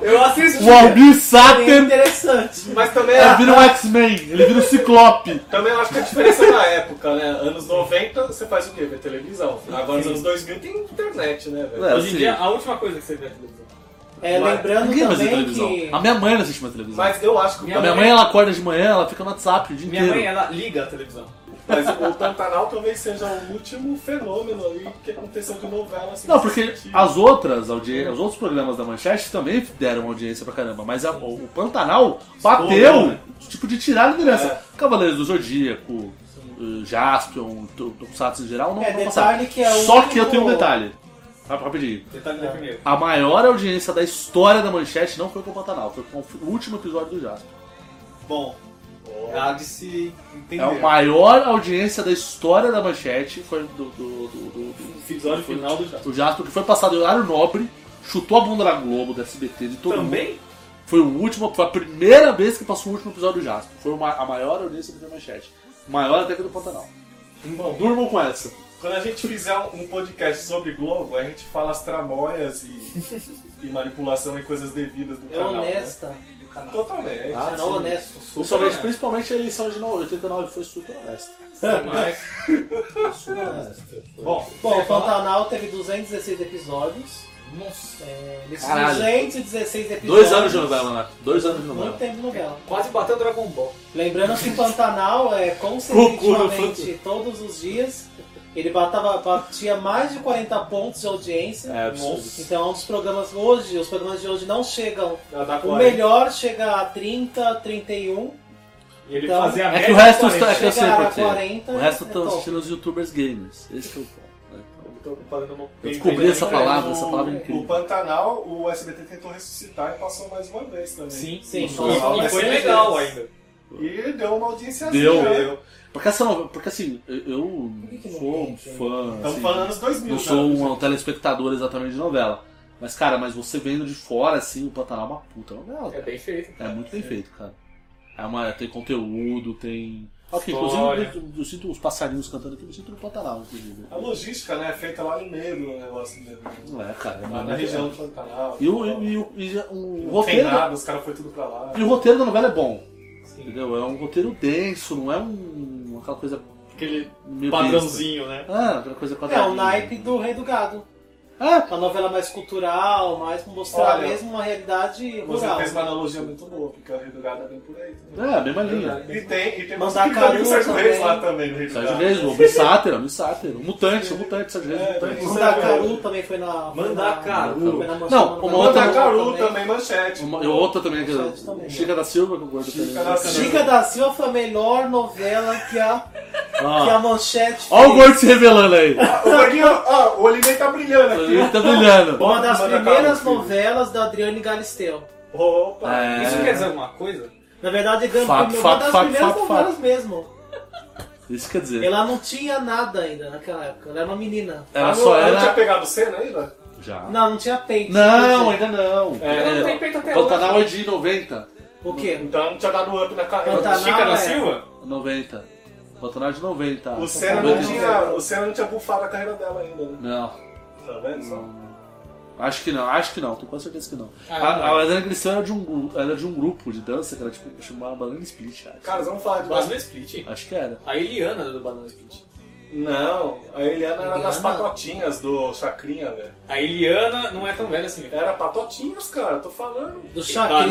A: Eu assisti!
B: O Almir Sater
D: É Interessante!
A: Mas também é,
B: ele vira um X-Men, ele vira um Ciclope.
A: Também eu acho que a diferença na época, né? Anos 90 você faz o quê? Vê televisão. Agora nos anos 2000 tem internet, né, velho?
B: É, sim.
C: A última coisa que você vê na televisão.
D: É, lembrando
B: Ninguém mais vê
D: também
B: televisão. Ah,
D: que- é
B: A minha mãe não assiste mais televisão.
A: Mas eu acho que o
B: A minha mãe, ela acorda de manhã, ela fica no WhatsApp o dia
C: Minha
B: inteiro.
D: é assim.
C: mãe, ela liga a televisão.
A: Mas o Pantanal talvez seja o último fenômeno ali que aconteceu de novela. Assim,
B: Não,
A: nesse
B: porque
A: sentido.
B: as outras, audi- os outros programas da Manchete também deram audiência pra caramba, mas a- o Pantanal bateu,
A: Estourou, né?
B: tipo, de tirar a liderança.
D: É.
B: Cavaleiros do Zodíaco, eh, Jaspion, Tu- Tokusatsu em geral, não,
D: É,
B: não passaram.
D: detalhe que é o
B: Só que eu
D: único-
B: tenho um detalhe, Rap- rapidinho.
A: tá
C: Detalhe da primeira.
B: A maior audiência da história da Manchete não foi com o Pantanal, foi com o último episódio do Jaspion.
C: Bom,
A: Ah,
C: é há de se entender.
B: É a maior audiência da história da Manchete, foi do... do, do- do- do-
C: episódio final do Jaspion.
B: O Jaspion, que foi passado em horário nobre, chutou a bunda da Globo, da SBT, de todo mundo.
C: Também?
B: Foi o último, foi a primeira vez que passou o último episódio do Jasper. Foi uma- a maior audiência do Manchete. Maior até que do Pantanal.
A: Bom,
B: Durmam com essa.
A: Quando a gente fizer um podcast sobre Globo, a gente fala as tramóias e, e manipulação e coisas devidas do
D: É
A: canal.
D: honesta.
A: Né? Totalmente.
B: Ah,
D: Canal honesto.
B: Principalmente, principalmente a eleição de 89 foi super honesta.
A: Mas-
D: É. Bom, o Pantanal teve 216 episódios. Nossa. É, desses
B: Caralho.
D: 216 episódios.
B: Dois anos de novela, né? Dois anos de novela.
D: Muito tempo de novela.
C: Quase bateu Dragon Ball.
D: Lembrando que Pantanal é consecutivamente todos os dias. Ele batava, batia mais de 40 pontos de audiência.
B: É, absurdo.
D: Então, os programas hoje, os programas de hoje não chegam.
A: Já dá
D: O
A: 40.
D: melhor chega a 30, 31.
A: E ele
D: Então,
A: fazia a
B: É
A: média
B: que o resto
A: de 40.
B: é que eu sei
D: Chegaram um. a
B: por quê.
D: 40,
B: O resto tá
D: é
B: estão
D: top.
B: assistindo os youtubers gamers. Esse que é o ponto. né?
C: tô fazendo uma...
B: Eu descobri essa palavra, essa palavra é
A: O,
B: incrível.
A: o Pantanal, o SBT tentou ressuscitar e passou mais uma vez também.
C: Sim, sim.
A: Passou mais
C: E foi
A: três
C: legal
A: vezes.
C: ainda.
A: E deu uma audiência
B: Deu,
A: assim, né?
B: deu. Porque, essa novela, porque assim, eu- eu sou um fã.
A: Estamos
B: assim,
A: falando dos né? 2000,
B: Não
A: cara.
B: sou um telespectador exatamente de novela. Mas, cara, mas você vendo de fora, assim, o Pantanal é uma puta novela.
C: É bem feito.
B: É muito bem feito, cara. É uma, tem conteúdo, tem. Ok,
A: História.
B: inclusive eu, eu sinto os passarinhos cantando aqui, eu sinto no Pantanal, inclusive.
A: A logística, né, é feita lá no meio do negócio mesmo.
B: Não é, cara. é
A: Lá na
B: maravilhoso.
A: região do Pantanal.
B: E o, e o- e o- e já- o
A: Não
B: roteiro.
A: tem nada, os caras foram tudo pra lá.
B: E o roteiro da novela é bom. Entendeu? É um roteiro denso, não é um. aquela coisa.
C: Aquele
B: meio
C: padrãozinho,
B: besta.
C: né?
B: Ah, aquela coisa
D: É,
B: quadradinha.
D: o naipe do Rei do Gado.
B: É.
D: Uma novela mais cultural, mais pra mostrar
A: Olha,
D: mesmo uma realidade
A: Você
D: rural.
A: fez uma analogia muito boa, porque a Rio do Gado é bem por aí. também.
B: É, a mesma linha.
A: E tem, e tem
D: Mandar
A: música que tá
D: Caruso
A: o Sérgio
D: também.
A: Reis lá também. no Rio do
B: Sérgio
A: Gado.
B: Reis, o Homem Sátira, o Homem Sátira. O Mutante, o Mutante, Sérgio Reis, o
A: É,
B: Mutante.
D: Mandacaru também foi na. foi
B: Mandacaru.
D: na- foi na Manchete,
B: Não, uma outra-
D: Mandacaru
A: Mandacaru também, manchete.
B: Uma- e outra também, que é
D: Manchete também.
B: Chica da Silva, que eu gosto também.
A: da Silva.
D: Chica da Silva foi a melhor novela que a,
B: Ah.
D: que é a Manchete
B: Olha o
D: fez.
B: gordo se revelando aí.
A: Ah, O Gordinho, ó, o Oliveira tá brilhando aqui.
B: Ele tá brilhando.
D: Uma das
A: Mandacaru,
D: primeiras
A: filho.
D: novelas da Adriane Galisteu.
A: Opa!
B: É.
C: Isso quer dizer alguma coisa?
D: Na verdade, Gump
B: Fato,
D: foi uma
B: fato,
D: das
B: fato,
D: primeiras
B: fato,
D: novelas
B: fato.
D: mesmo.
B: Isso quer dizer.
D: Ela não tinha nada ainda naquela época, ela era uma menina.
B: Ela
A: Ah,
B: só
A: não,
B: era.
A: Não tinha pegado cena ainda?
B: Já.
D: Não, não tinha peito.
B: Não, ainda não.
C: Ela não tem peito até hoje.
B: Pantanal é de 90.
D: O quê?
A: Então não tinha dado up na carreira.
D: Pantanal,
C: Chica da
D: é.
C: Silva?
B: 90. Pantanal é de 90.
A: O Senna não
B: 90.
A: tinha, o Senna não tinha bufado a carreira dela ainda, né?
B: Não.
A: Tá vendo só?
B: Hum. Acho que não, acho que não, tenho quase certeza que não.
C: Ah,
B: a
C: não.
B: a Adriana Cristão era de, um, gru- era de um grupo de dança que era tipo chamava Banana Split, acho.
A: Cara, vamos falar de
C: Banana Split.
B: Acho que era.
C: A Eliana do Banana Split.
A: Não, a Eliana era das
D: Eliana?
A: patotinhas do Chacrinha, velho.
C: A Eliana não é tão velha assim.
A: Era patotinhas, cara, tô falando.
D: Do
C: Banana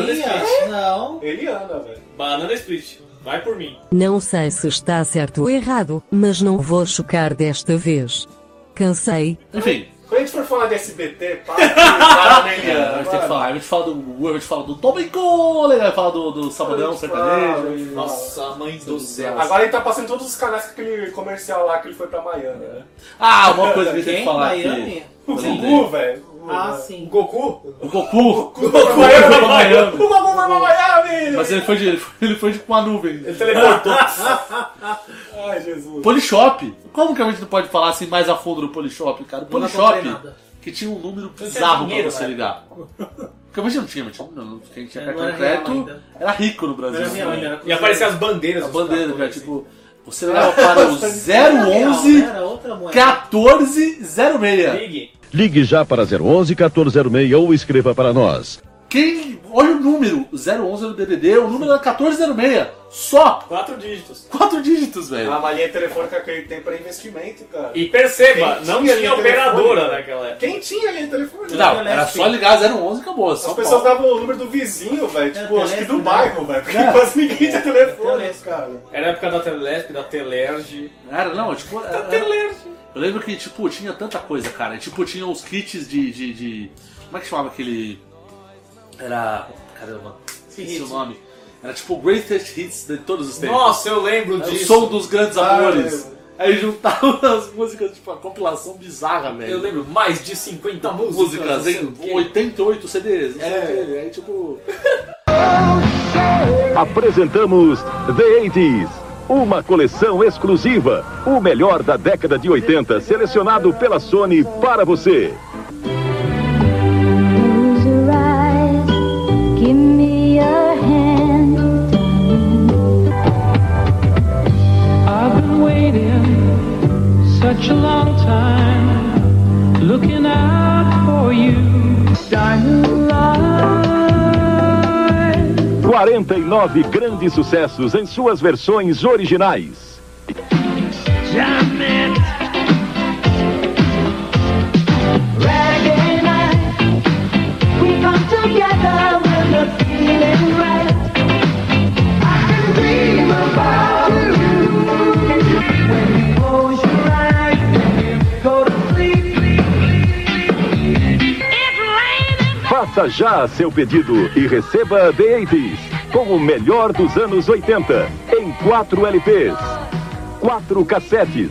D: Chacrinha?
C: Split.
D: Não.
A: Eliana, velho.
C: Banana Split. Vai por mim.
K: Não sei se está certo ou errado, mas não vou chocar desta vez. Cansei,
B: Enfim,
A: Quando a gente for falar de SBT, pá, que fala na
B: é, a
A: Eliana.
B: gente tem que
A: mano.
B: falar. A gente fala do Gugu, a gente fala do Tomem Cole, a gente fala do, do Sabadão
A: gente fala,
B: Sertanejo.
A: e-
C: Nossa, mãe do céu.
A: Agora ele tá passando todos os canais com aquele comercial lá que ele foi pra Miami, né?
B: Ah, uma coisa que a gente tem que
D: Quem?
B: falar aqui.
D: Miami?
A: O
B: Eu não
A: Gugu, velho.
D: Ah,
A: né?
C: O
A: Um
D: sim.
C: Goku?
B: O Goku.
A: O Gugu foi pra Miami.
B: Miami.
A: O Gugu foi pra Miami.
B: Mas ele foi de, ele foi, ele foi de com uma nuvem.
A: Ele teleportou. Ai, Jesus.
B: Polishop. Como que a gente não pode falar assim mais a fundo do Polishop, cara? O
D: não
B: Polishop,
D: comprei nada.
B: que tinha um número bizarro pra
C: dinheiro,
B: você
C: velho.
B: ligar. Porque a gente não tinha, mas tinha, não, quem tinha
D: né? É,
B: cartão
D: não
B: de crédito
D: era real ainda.
B: era rico no Brasil. assim, né?
D: Não era real ainda, era
C: E aparecer as bandeiras.
B: A
C: dos
B: bandeira, cara,
C: tratores,
B: tipo, você ligava para o
D: Era real, né?
B: 011
D: Era outra moeda.
B: 1406.
C: assim. Ligue.
I: Ligue já para 011 1406 ou escreva para nós.
B: Quem. Olha o número! 011 no DDD, o número era 1406. Só!
C: Quatro dígitos.
B: Quatro dígitos, velho.
D: Ah,
A: A malinha telefônica naquele tempo era investimento, cara.
C: E perceba,
A: Quem
C: não
A: tinha
C: tinha
A: telefone,
C: operadora
A: cara?
C: naquela época.
A: Quem tinha linha telefônica?
B: Não, era só ligar 011 e acabou. é
A: As
B: São
A: pessoas
B: Paulo.
A: davam o número do vizinho, velho. Tipo,
D: É,
A: acho que do
D: né?
A: bairro, velho. Porque
B: É.
A: quase ninguém tinha telefone,
D: Telesp.
A: cara.
C: Era a época da Telesp, da Telerge.
B: Era, não, tipo.
D: Tá
B: era-
C: Telerge.
B: eu lembro que, tipo, tinha tanta coisa, cara. Tipo, tinha os kits de. de, de- como é que chamava aquele. Era. Caramba, esqueci o nome. Era tipo o Greatest Hits de todos os tempos.
C: Nossa, é. eu lembro
B: Era o
C: disso.
B: som dos grandes
A: Ah,
B: amores.
A: eu-
B: Aí juntavam as músicas, tipo, a compilação bizarra, velho.
C: Eu lembro mais de 50 músicas.
B: músicas,
C: não sei
B: hein?
C: o quê.
B: 88 CDs, não sei
A: É.
B: o quê. Aí, tipo.
I: Apresentamos The 80s, uma coleção exclusiva, o melhor da década de 80, selecionado pela Sony para você.
O: Close your eyes, give me your hand.
P: I've been waiting such a long time, looking out for you. Diamond light.
I: 49 grandes sucessos em suas versões originais.
P: Diamond.
O: Reggae night, we come together when the feeling right. I can dream about you when you close your eyes and you go to sleep. It's raining.
I: Faça já seu pedido e receba The 80s, com o melhor dos anos 80, em 4 LPs, 4 cassetes,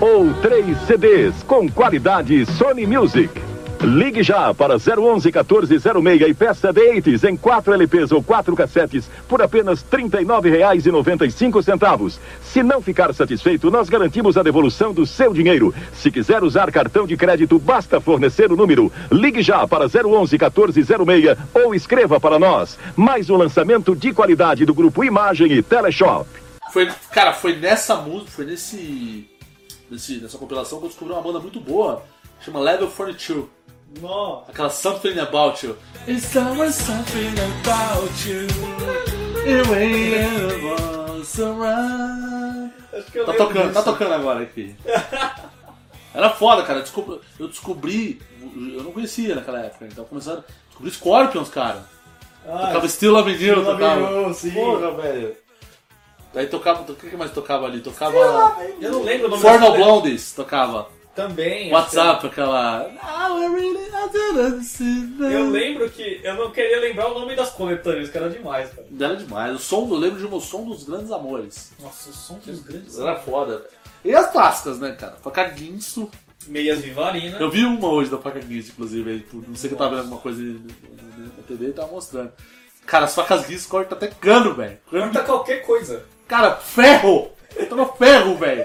I: ou três CDs com qualidade Sony Music. Ligue já para 011 1406 e peça Dates em 4 LPs ou 4 cassetes por apenas R$ 39,95. Se não ficar satisfeito, nós garantimos a devolução do seu dinheiro. Se quiser usar cartão de crédito, basta fornecer o número. Ligue já para 011 1406 ou escreva para nós. Mais um lançamento de qualidade do grupo Imagem e Teleshop.
B: Foi, cara, foi nessa música, foi nesse, nesse- nessa compilação que eu descobri uma banda muito boa, chama Level 42.
A: Nossa.
B: Aquela Something About You. It's always something about you. It will always around.
A: Acho que eu
B: Tá
A: lembro
B: tocando, tá
A: disso.
B: tocando agora aqui. Era foda, cara. Descob- Eu descobri. Eu não conhecia naquela época, então começaram. Descobri Scorpions, cara.
A: Ah,
B: tocava Still Loving You,
A: Still Loving
B: tocava.
A: You, sim.
B: Porra, velho. Daí tocava. O que que mais tocava ali? Tocava.
C: Eu não lembro o nome
B: Formal
C: dessa-
B: Blondes tocava.
C: Também. é.
B: WhatsApp, aquela.
C: Eu lembro que eu não queria lembrar o nome das coletâneas, que era demais, cara.
B: Era demais. O som, eu lembro de um som dos grandes amores.
C: Nossa, o som dos grandes.
B: Era foda, velho. E as clássicas, né, cara? Faca Guinso.
C: Meias Vivarina.
B: Eu vi uma hoje da Faca Guinso, inclusive. aí, por- Não sei que eu tava vendo alguma coisa aí na TV e tava mostrando. Cara, as facas Guinso cortam até cano, velho.
C: Canta qualquer coisa.
B: Cara, ferro! Eu tava ferro, velho.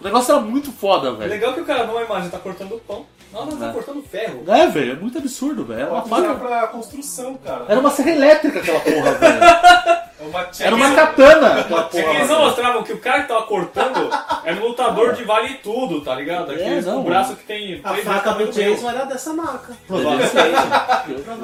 B: O negócio era muito foda,
C: É
B: velho.
C: legal que o cara numa imagem tá cortando pão. Não, não, tá
B: É.
C: cortando ferro.
B: É, velho, é muito absurdo, velho. Era uma
A: Era
B: faca.
A: pra construção, cara.
B: Era uma serra elétrica aquela porra, velho.
A: É uma tia-
B: Era uma katana aquela
C: É que
B: porra.
C: eles
B: velho.
C: não mostravam que o cara que tava cortando era um lutador de vale tudo, tá ligado? Aqueles
B: não,
C: com braço que tem.
D: A
C: três
D: faca
C: braços
D: do
C: tamanho
D: Jason era dessa marca.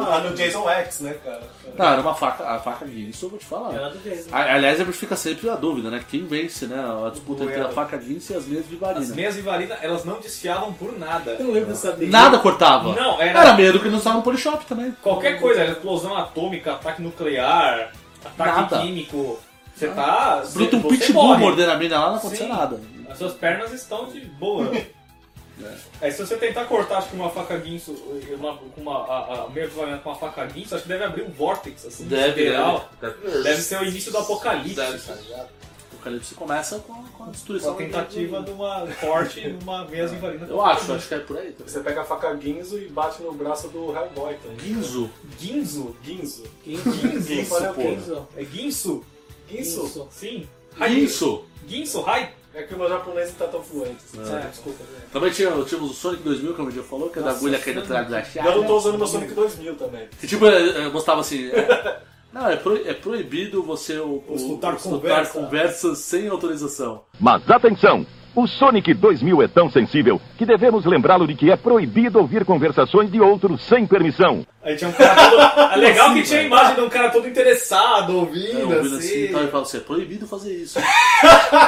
A: Ah, no Jason X, né, cara?
B: Não, Tá, era uma faca, a faca Guinness, eu vou te falar.
D: Era do Jason.
B: A- Aliás, a gente fica sempre a dúvida, né? Quem vence, né? A disputa entre a
C: Duelo.
B: faca Guinness e as meias de
C: meu. As
B: varina.
C: meias Vivarina, elas não desfiavam por nada.
D: Eu não lembro dessa briga.
B: Nada cortava.
C: Não,
B: era...
C: era-
B: medo que não estava no Polishop também.
C: Qualquer coisa, era explosão atômica, ataque nuclear, ataque
B: Nada.
C: químico. Você tá.
B: Bruto um
C: você
B: pitbull
C: morre.
B: mordendo a mina lá, não aconteceu
C: Sim.
B: nada.
C: As suas pernas estão de boa. Aí se você tentar cortar, acho que uma faca guinso, uma, com uma, a, a, meio equivalente com uma faca guinso, acho que deve abrir um vórtex, assim, espiral. Deve, ser o início do apocalipse, tá ligado?
B: O Apocalipse começa com, com a destruição.
A: tá
C: Uma tentativa
B: do-
C: de uma corte numa meia invalida.
B: Eu acho, acho que é por aí. Tá?
A: Você pega a faca Guinzo e bate no braço do Hellboy tá? também.
B: Guinzo?
C: Guinzo?
A: Guinzo.
D: Guinso.
A: Guinzo,
B: Guinzo,
A: olha o
B: porra.
A: Guinzo.
C: É guinso?
A: Guinzo?
C: Sim.
B: Guinzo?
C: Guinso, Hai?
A: É que o meu japonês não tá tão fluente.
B: Ah.
A: É, desculpa. né?
B: Também tínhamos o Sonic 2000, como a gente falou, que é da
A: Nossa,
B: agulha caindo
A: Sonic.
B: atrás da chave.
A: Eu não tô usando meu Sonic 2000 também.
B: Que tipo, eh, eh, mostrava assim. eh, não, é, pro- é proibido você o, o-
A: Escutar
B: escutar
A: conversa.
B: conversas sem autorização.
I: Mas atenção! O Sonic 2000 é tão sensível que devemos lembrá-lo de que é proibido ouvir conversações de outros sem permissão.
C: Aí tinha um cara todo. É legal
B: Como assim,
C: que tinha a
B: velho?
C: imagem de um cara todo interessado, ouvindo,
B: É, ouvindo assim,
C: assim.
B: então ele fala assim, é proibido fazer isso.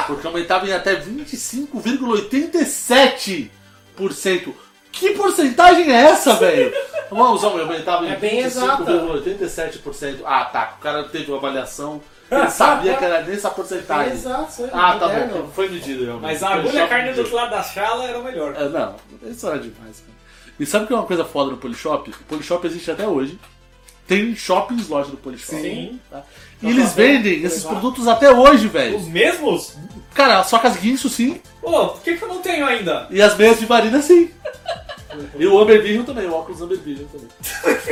B: Porque aumentava em até 25,87%. Que porcentagem é essa, velho? Vamos, vamos, aumentava em
D: É bem exata.
B: 25,87%. Ah, tá. O cara teve uma avaliação, ele sabia que era nessa porcentagem.
D: Exato, foi
B: Tá Ah, tá
D: moderno.
B: bom. Foi medido, realmente.
C: Mas a
B: Foi
C: agulha é
B: já
C: carne do
B: medido.
C: outro lado da chala era o melhor.
B: É, não, isso era demais, cara. E sabe o que é uma coisa foda no Polishop? O Polishop existe até hoje. Tem shoppings loja do Polishop.
C: Sim.
B: tá? E eles
D: tá bom,
B: vendem
D: vou
B: esses
D: levar.
B: produtos até hoje, velho.
C: Os mesmos?
B: Cara, as facas guinso sim,
C: Pô, por que, que eu não tenho ainda?
B: e as meias de varina sim. e o Amber Vision também, o óculos Amber Vision também.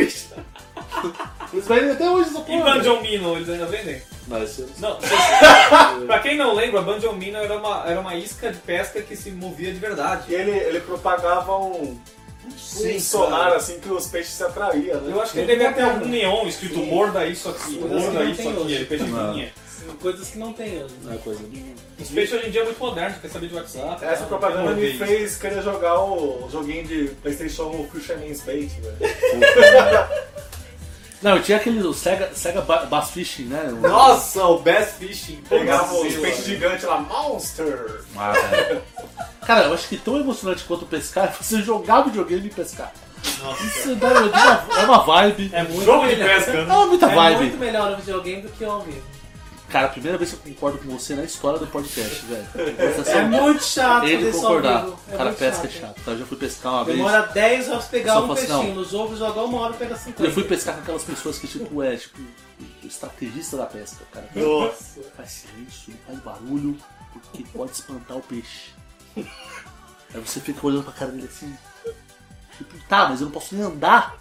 B: eles vendem até hoje essa
C: E
B: porra. velho.
C: Banjo Mino, eles ainda vendem?
B: Não, isso é-
C: Não, pra quem não lembra, Banjo Mino era uma, era uma isca de pesca que se movia de verdade.
A: Ele, ele propagava um, um sonar assim que os peixes se atraíam, né?
C: Eu acho que ele devia ter algum neon escrito morda isso aqui, morda
D: não
C: isso
D: tem
C: aqui,
D: hoje.
C: ele peixe
B: Não.
C: vinha.
D: Coisas que não tem hoje.
B: não é coisa.
C: Os peixes hoje em dia é muito moderno, quer saber de WhatsApp.
A: Essa
C: tá?
A: propaganda
C: Eu
A: me
C: odeio
A: fez querer jogar o joguinho de Playstation um, o Fisherman's Bait, velho.
B: Não, tinha aquele o Sega, Sega Ba- Bass Fishing, né?
C: isso. Nossa, o Best Fishing.
A: Pegava
C: Nossa,
A: os peixes
C: velho.
A: gigantes lá, Monster!
B: Ah, velho. Cara, eu acho que tão emocionante quanto pescar é você jogar videogame e pescar. Isso dá uma- dá uma- é uma vibe.
C: É muito jogo de pesca,
B: É
C: né?
B: uma muita
D: é
B: vibe.
D: muito melhor no videogame do que ao vivo.
B: Cara, a primeira vez que eu concordo com você na história do podcast, velho.
D: É muito chato
B: Ele
D: ver só
B: concordar.
D: ao vivo.
B: Cara,
D: muito
B: pesca é chato. tá? Eu já fui pescar uma vez.
D: Demora 10 horas pra pegar
B: Só
D: um
B: fosse,
D: peixinho.
B: não.
D: No jogo jogar uma hora pra pegar 50.
B: Eu fui pescar com aquelas pessoas que, tipo, é, tipo, estrategista da pesca, cara.
A: Nossa!
B: Faz silêncio, não faz barulho, porque pode espantar o peixe. Aí você fica olhando pra cara dele assim. Tipo, tá, mas eu não posso nem andar.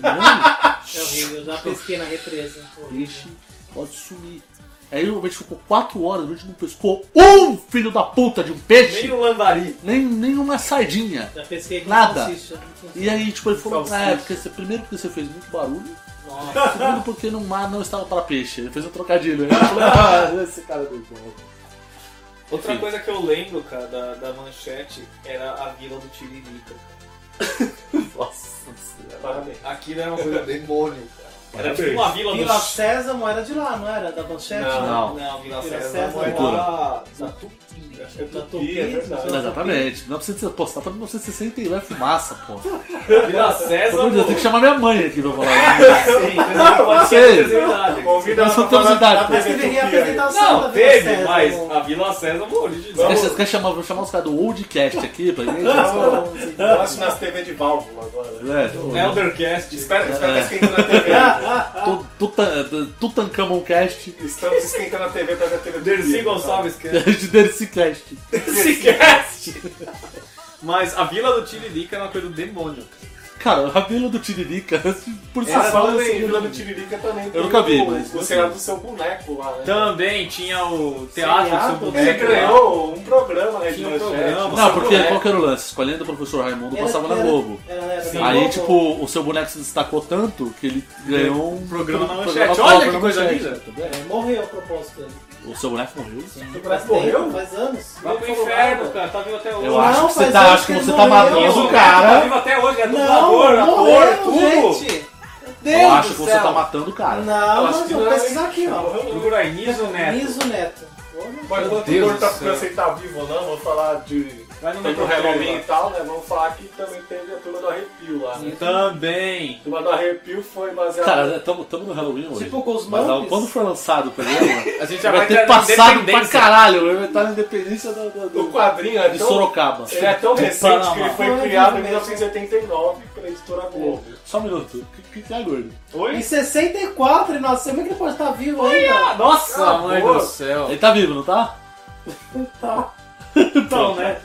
B: Tá
D: É horrível, eu já pesquei na represa.
B: Peixe pode sumir. Aí o bicho ficou 4 horas, o bicho não pescou um filho da puta de um peixe.
C: Nem um lambari.
B: Nem, nem uma sardinha.
D: Já é pesquei com
B: Nada.
D: salsicha.
B: E aí, tipo, ele falou,
D: Salsicha.
B: ah, é, porque você, primeiro porque você fez muito barulho.
D: Nossa.
B: Segundo porque no mar não estava para peixe. Ele fez um trocadilho. Ele falou, ah, esse cara é doido.
C: Outra
B: Sim.
C: coisa que eu lembro, cara, da, da manchete era a vila do Tiririca.
M: Nossa
C: Parabéns. Aquilo era uma coisa demônio, cara. Era
M: Parabéns.
C: tipo uma vila,
D: Vila
C: do...
D: Sésamo era de lá, não era? Da Manchete?
C: Não,
D: né?
C: não, Vila Sésamo
D: Sésamo
C: é
D: era
C: da Tupi. Acho que é
D: Da
C: Tupi,
D: Tupi,
C: é verdade.
B: Exatamente. Não precisa postar pra 1960 e lá é fumaça, pô.
C: Vila
B: Pelo amor
C: Sésamo.
B: de Deus, Eu tenho que chamar minha mãe aqui pra falar.
C: Não,
B: Sei.
C: Convida
B: Nós só temos idade.
D: Mas deveria apresentar o som da
C: Não,
D: Vila
C: teve,
D: Sésamo.
C: mas a Vila Sésamo original.
B: Vocês querem chamar, vou chamar os caras do Oldcast aqui pra gente?
A: Eu acho nas TV de válvula agora. né?
B: É, tô-
C: Eldercast.
A: Espera, espera
B: É.
A: que tá esquentando a TV.
B: Tu- Tutan- Tutankamoncast.
A: Estamos esquentando a TV pra ver a TV do
C: Dercy
A: dia, tá?
C: Gonçalves, que é-
B: De Dercycast.
C: Dercycast. Mas a Vila do Tiririca era uma coisa do demônio.
B: Cara, o rabelo do Tiririca, por si
A: Essa
B: só,
A: fala
B: assim,
A: em Vila do Tiririca também. tem
B: nunca vi,
A: o-
B: mas-
A: O seriado do seu boneco lá, né?
C: Também tinha o teatro do seu
D: Seriado,
A: Ele
C: boneco. lá.
A: ganhou um programa, né? de
C: Tinha um
A: manchete.
C: programa.
B: Não, porque
C: boneco.
B: qual que era o lance? Escolhendo o professor Raimundo,
D: Era-
B: passava na
D: era-
B: Globo.
D: era- era da
B: Aí,
D: Globo.
B: tipo, o seu boneco se destacou tanto que ele ganhou um
C: É, Programa na
B: um
C: manchete.
B: próprio
C: Olha que
B: na
C: coisa
B: manchete.
C: linda.
D: É, morreu a propósito dele.
B: O seu boneco morreu?
D: Tem Faz
A: Morreu?
D: tempo, Faz anos.
C: Vai pro inferno, cara. Tá vivo até hoje.
B: Eu acho que você
D: faz
B: tá,
D: anos
B: acho que
D: que
B: você
D: ele
B: tá
D: morreu.
B: matando o
D: Isso,
C: Tá
B: cara.
C: vivo até hoje, é dublador,
D: Não,
C: ator,
D: morreu,
C: tudo.
D: gente. Meu
B: Eu
D: Deus
B: acho que
D: do
B: você
D: céu.
B: tá matando o cara.
D: Não,
A: acho
D: mas
A: que
D: vou
A: não é
D: pesquisar aqui, ó.
C: Procura aí, Niso Neto.
D: Niso Neto.
A: Mas quando
C: Deus do
A: pergunta
C: céu.
A: pra você tá vivo ou não, vou falar de.
C: Vai no
A: Teve o
C: microfone,
A: Halloween
C: vai.
A: e tal, né? Vamos falar que também teve a turma do arrepio lá, né?
C: Também.
A: A turma do arrepio foi baseada.
B: Cara, estamos no Halloween hoje.
D: Tipo com os
B: Mas ó,
D: Muppets.
B: quando for lançado o programa,
C: A gente já
B: vai,
C: vai
B: ter
C: estar na
B: passado pra
C: independência.
B: caralho. Vai estar na independência do, do- do-
A: o quadrinho é
B: de
D: Então,
A: tão-
B: Sorocaba.
A: Ele é tão
C: Do
A: recente que
C: Panamá.
A: ele foi
D: Foi
A: criado em
D: mesmo.
A: 1989 pela editora Globo.
B: Só um minuto. O que, que, que é gordo?
A: Oi?
D: Em 64, ele nasceu, como é que ele pode estar vivo ainda?
C: Nossa,
A: Ah,
C: mãe
A: boa.
C: do céu.
B: Ele tá vivo, não tá?
C: Então, né?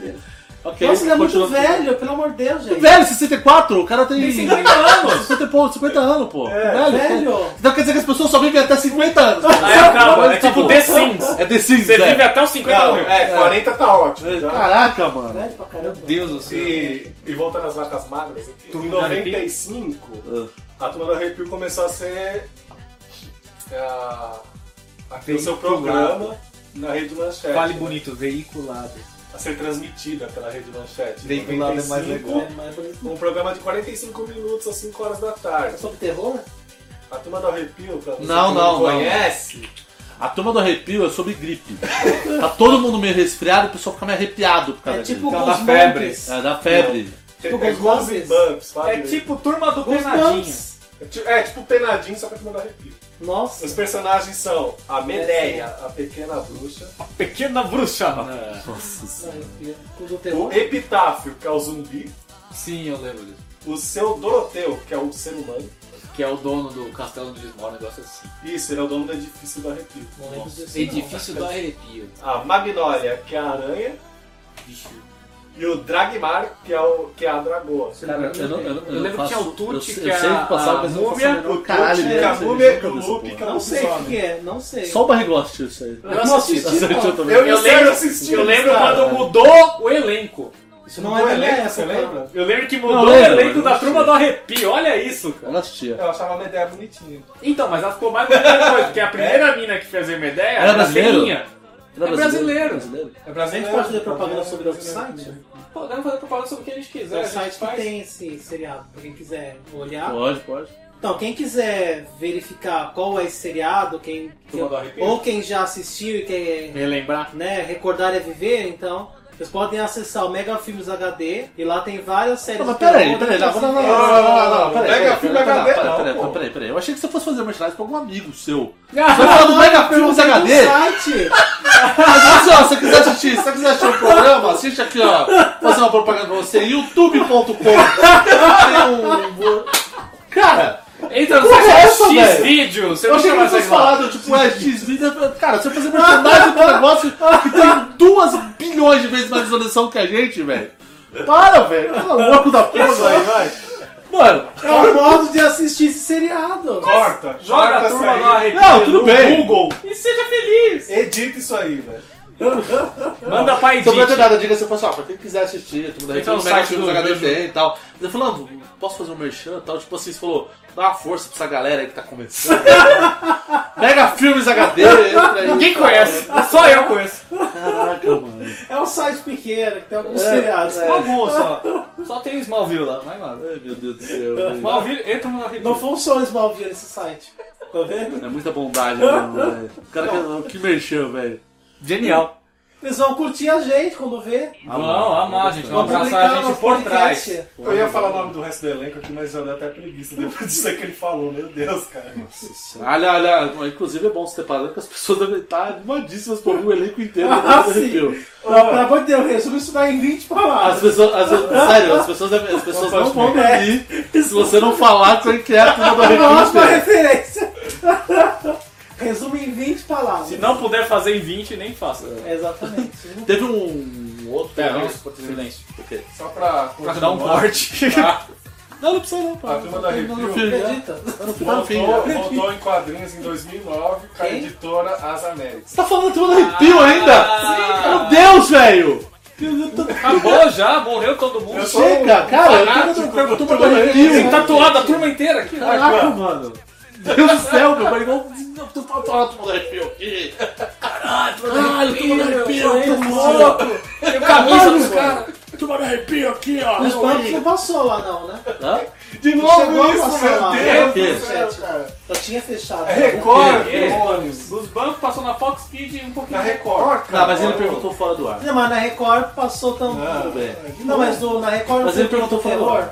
B: Ok.
D: Nossa, ele é muito
B: continua.
D: velho, pelo amor de Deus, gente.
B: Velho, 64? O cara tem.
D: Tem 50 anos.
B: 50 e pouco, 50 anos, pô. velho.
D: velho.
B: Então quer dizer que as pessoas só vivem até 50 anos.
C: Ah, é, calma, é
B: Tipo,
C: tipo The Sims.
B: É The Sims,
C: Você
B: é.
C: vive até os 50
A: Não,
C: anos.
A: é, 40 tá ótimo. tá?
B: Caraca, mano.
D: Velho pra caramba.
C: Deus do
A: E, e voltando às vacas magras, aqui, em
C: Turma do Arrepio?
A: 95,
C: Ah.
A: a turma do arrepio começou a ser. é, A, a ter o seu
C: Veiculada.
A: programa na Rede Manchete.
C: Fale
A: né?
C: bonito, veiculado.
A: A ser transmitida pela Rede Manchete.
C: Veiculado é mais
A: 95,
C: legal.
D: É, mas é bonito.
A: Um programa de 45 minutos às 5 horas da
D: É
A: tarde.
D: sobre terror?
A: A turma do arrepio, pra você
B: Não,
A: que
B: não, não.
A: conhece,
B: A turma do arrepio é sobre gripe. Tá todo mundo meio resfriado, o pessoal fica meio arrepiado por causa
D: É tipo
B: disso.
C: Cada
D: com os
C: febre.
D: Muppets.
B: É da febre.
A: tem
D: Tipo
A: tem
D: Goosebumps.
A: Goosebumps, É Bumps, fala
C: É
A: direito.
C: tipo turma do
D: Os
C: Penadinho.
D: Muppets.
A: É tipo- É tipo penadinho, só que a turma do arrepio.
D: Nossa.
A: Os personagens são a Medeia, a pequena bruxa,
C: Pequena bruxa.
B: Nossa senhora.
D: Tudo
A: o
D: terror.
A: Epitáfio, que é o zumbi,
M: Sim, eu lembro disso.
A: o seu Doroteu, que é o ser humano.
M: Que é o dono do castelo do Lisboa, um negócio assim.
A: Isso, ele é o dono do edifício do arrepio.
D: Não lembro disso, não.
M: Edifício do arrepio.
A: A Magnólia, que é a aranha,
M: Bicho.
A: e o Dragmar, que é, o, que é a dragoa.
B: Cara, eu, não, eu, não-
M: Eu lembro que tinha o
B: eu
M: Tuti,
B: sei-
M: que
B: eu sei
M: era
B: que passava,
M: a
B: mas eu não faço
M: múmia,
C: é
B: a menor
A: o
B: caralho
A: Tuti,
B: ideia
A: a
B: desse
A: múmia
B: jogo
A: e o
B: dessa
A: Luke,
B: porra.
A: cara.
D: Não sei o que que é, não sei.
B: Só o barrigoste isso aí.
M: Eu não assisti.
B: Acertou também.
A: Eu,
C: Eu
A: sei,
C: lembro-
A: eu assisti.
C: Eu lembro
A: cara.
C: quando mudou o elenco.
D: Isso não é da minha
A: você
D: época.
A: lembra?
C: Eu lembro que mudou
B: Não,
C: o
B: lembro,
C: elenco
B: eu
C: da
B: não
C: turma
B: sei.
C: do arrepio. Olha isso, cara.
B: Eu não assistia.
A: Eu achava a Medeia bonitinha.
C: Então, mas ela ficou mais bonita depois, porque a primeira mina que fez a
M: é
C: Medeia
B: Era
C: era,
B: brasileiro?
C: feinha.
B: Era
C: É brasileiro.
B: brasileiro.
A: É
D: A gente
A: brasileiro.
D: pode fazer propaganda sobre outro
A: é
D: site?
C: Podemos fazer propaganda sobre o que a gente
D: É
C: quiser.
D: o
C: a gente
D: site que
C: faz.
D: tem esse seriado, pra quem quiser olhar.
B: Pode, pode.
D: Então, quem quiser verificar qual é esse seriado, quem,
C: Turma do Arrepio?
D: ou quem já assistiu e quer
C: Relembrar.
D: né, recordar é viver, então vocês podem acessar o Mega Filmes HD e lá tem várias séries.
B: Mas
D: de
B: peraí,
D: terror,
B: peraí, não,
D: inclusive-
B: não, não, não, não, não, não, não, peraí.
A: Mega
B: peraí,
A: Filmes
B: peraí,
A: HD,
B: peraí,
A: não,
B: peraí,
A: pô.
B: peraí, peraí, peraí. Eu achei que você fosse fazer merchandising pra algum amigo seu.
D: Ah,
B: Você vai falar do Mega
D: eu
B: Filmes
D: vi no
B: HD?
D: é um site.
B: Mas olha só, se você quiser assistir, se você quiser assistir o programa, assiste aqui, ó. Fazer uma propaganda pra você, youtube.com. Tem um- Cara,
M: Entra no
B: Porra,
M: site
B: essa,
M: X
B: velho?
M: vídeo, você
B: Eu
M: não
B: achei que
M: chama
B: vocês
M: mais lá.
B: falaram, tipo, é X vídeo. Cara, você fazer merchandising pro negócio que tem duas bilhões de vezes mais visualização que a gente, velho. Para, velho. Tá louco da porra, velho, vai. Mano,
D: É um modo de assistir esse seriado.
A: Corta.
M: Joga
A: corta
M: a turma
A: essa aí.
M: no arrepiado.
B: Não, tudo
A: No
B: bem.
A: Google.
M: E seja feliz.
A: Edita isso aí, velho.
M: Manda pra
B: Então não é
M: Edith.
B: nada, diga assim, pessoal, pra quem quiser assistir, tudo um daí,
M: Então,
B: pelo
M: o
B: menos
M: site
B: filmes
M: do-
B: HD tem e tal. Mas eu falando, posso fazer um merchan e tal? Tipo assim, você falou, dá uma força pra essa galera aí que tá começando. Pega filmes HD, entra aí.
M: Ninguém conhece, só eu conheço.
B: Caraca, mano.
D: É um site pequeno que tem alguns
B: É,
D: seriados.
M: Alguns só. Só tem Smallville lá, vai lá.
B: Ai, meu Deus do céu. velho.
M: Smallville, entra no arrepiado.
D: Não funciona Smallville esse site. Tá vendo?
B: É muita bondade, mano, velho. O cara que, que merchan, velho.
M: Genial.
D: Eles vão curtir a gente quando vê.
M: Não, amar, gente. Vamos abraçar
D: publicar
M: a
D: no
M: gente por trás.
D: podcast.
A: Eu ia falar o nome do resto do elenco aqui, mas já deu até preguiça depois disso que ele falou. Meu Deus, cara.
B: Olha, olha, inclusive é bom se preparar porque as pessoas devem estar animadíssimas por ouvir o elenco inteiro né, do
D: Ah, sim.
B: arrepio.
D: Não, pelo amor de Deus, resume isso daí em 20
B: As
D: palavras.
B: pessoas, as, sério, as pessoas, devem- as pessoas não vão
D: É.
B: dormir se você não falar que você quer tudo do arrepio.
D: Próxima
B: inteiro.
D: referência. Resume em 20 palavras.
M: Se não puder fazer em 20, nem faça.
D: É. Exatamente.
B: Teve um outro.
M: Pera,
B: né?
M: não, silêncio.
B: Ok.
A: Só pra.
M: Pra dar um
A: continuar,
M: corte.
B: Não, não precisa não, pá.
A: A turma da
B: Tá no
A: Arrepio.
B: fim, já.
D: Acredita?
B: Tá no fim, tá no fim, já.
A: Voltou, voltou em quadrinhos em 2009 com a
D: Quem?
A: editora As Américas.
B: Você tá falando da turma do arrepio ainda? Meu Deus, velho!
M: Acabou já, morreu todo mundo.
A: Eu sou
B: Chega, cara, eu tô
A: fanático
B: dando- eu tô
A: por
B: dando arrepio.
M: Tem tatuado a turma inteira aqui.
B: Caraca, mano. Deus do céu, meu, mas igual. Tu tá falando do arrepio aqui. Caralho, tu manda arrepio, tu louco.
M: Tem camisa dos
B: Caralho,
M: caras.
B: Tu manda arrepio aqui, ó.
D: Os bancos não passou lá não, né?
A: De
D: Não
A: novo
D: chegou a
A: isso,
D: passar lá.
A: meu Deus
D: É,
A: do céu,
D: gente.
A: cara.
D: Só tinha fechado. né?
A: É Record,
M: quê?
A: demônios.
M: Dos bancos passou na Fox Kids e um pouquinho.
A: Na Record, cara.
B: Tá, mas ele perguntou fora do ar.
D: Não, mas na Record passou também.
A: Não,
D: Não, mas no- na Record
B: Ah, Mas
D: foi
B: ele perguntou
D: do
B: pra
D: terror.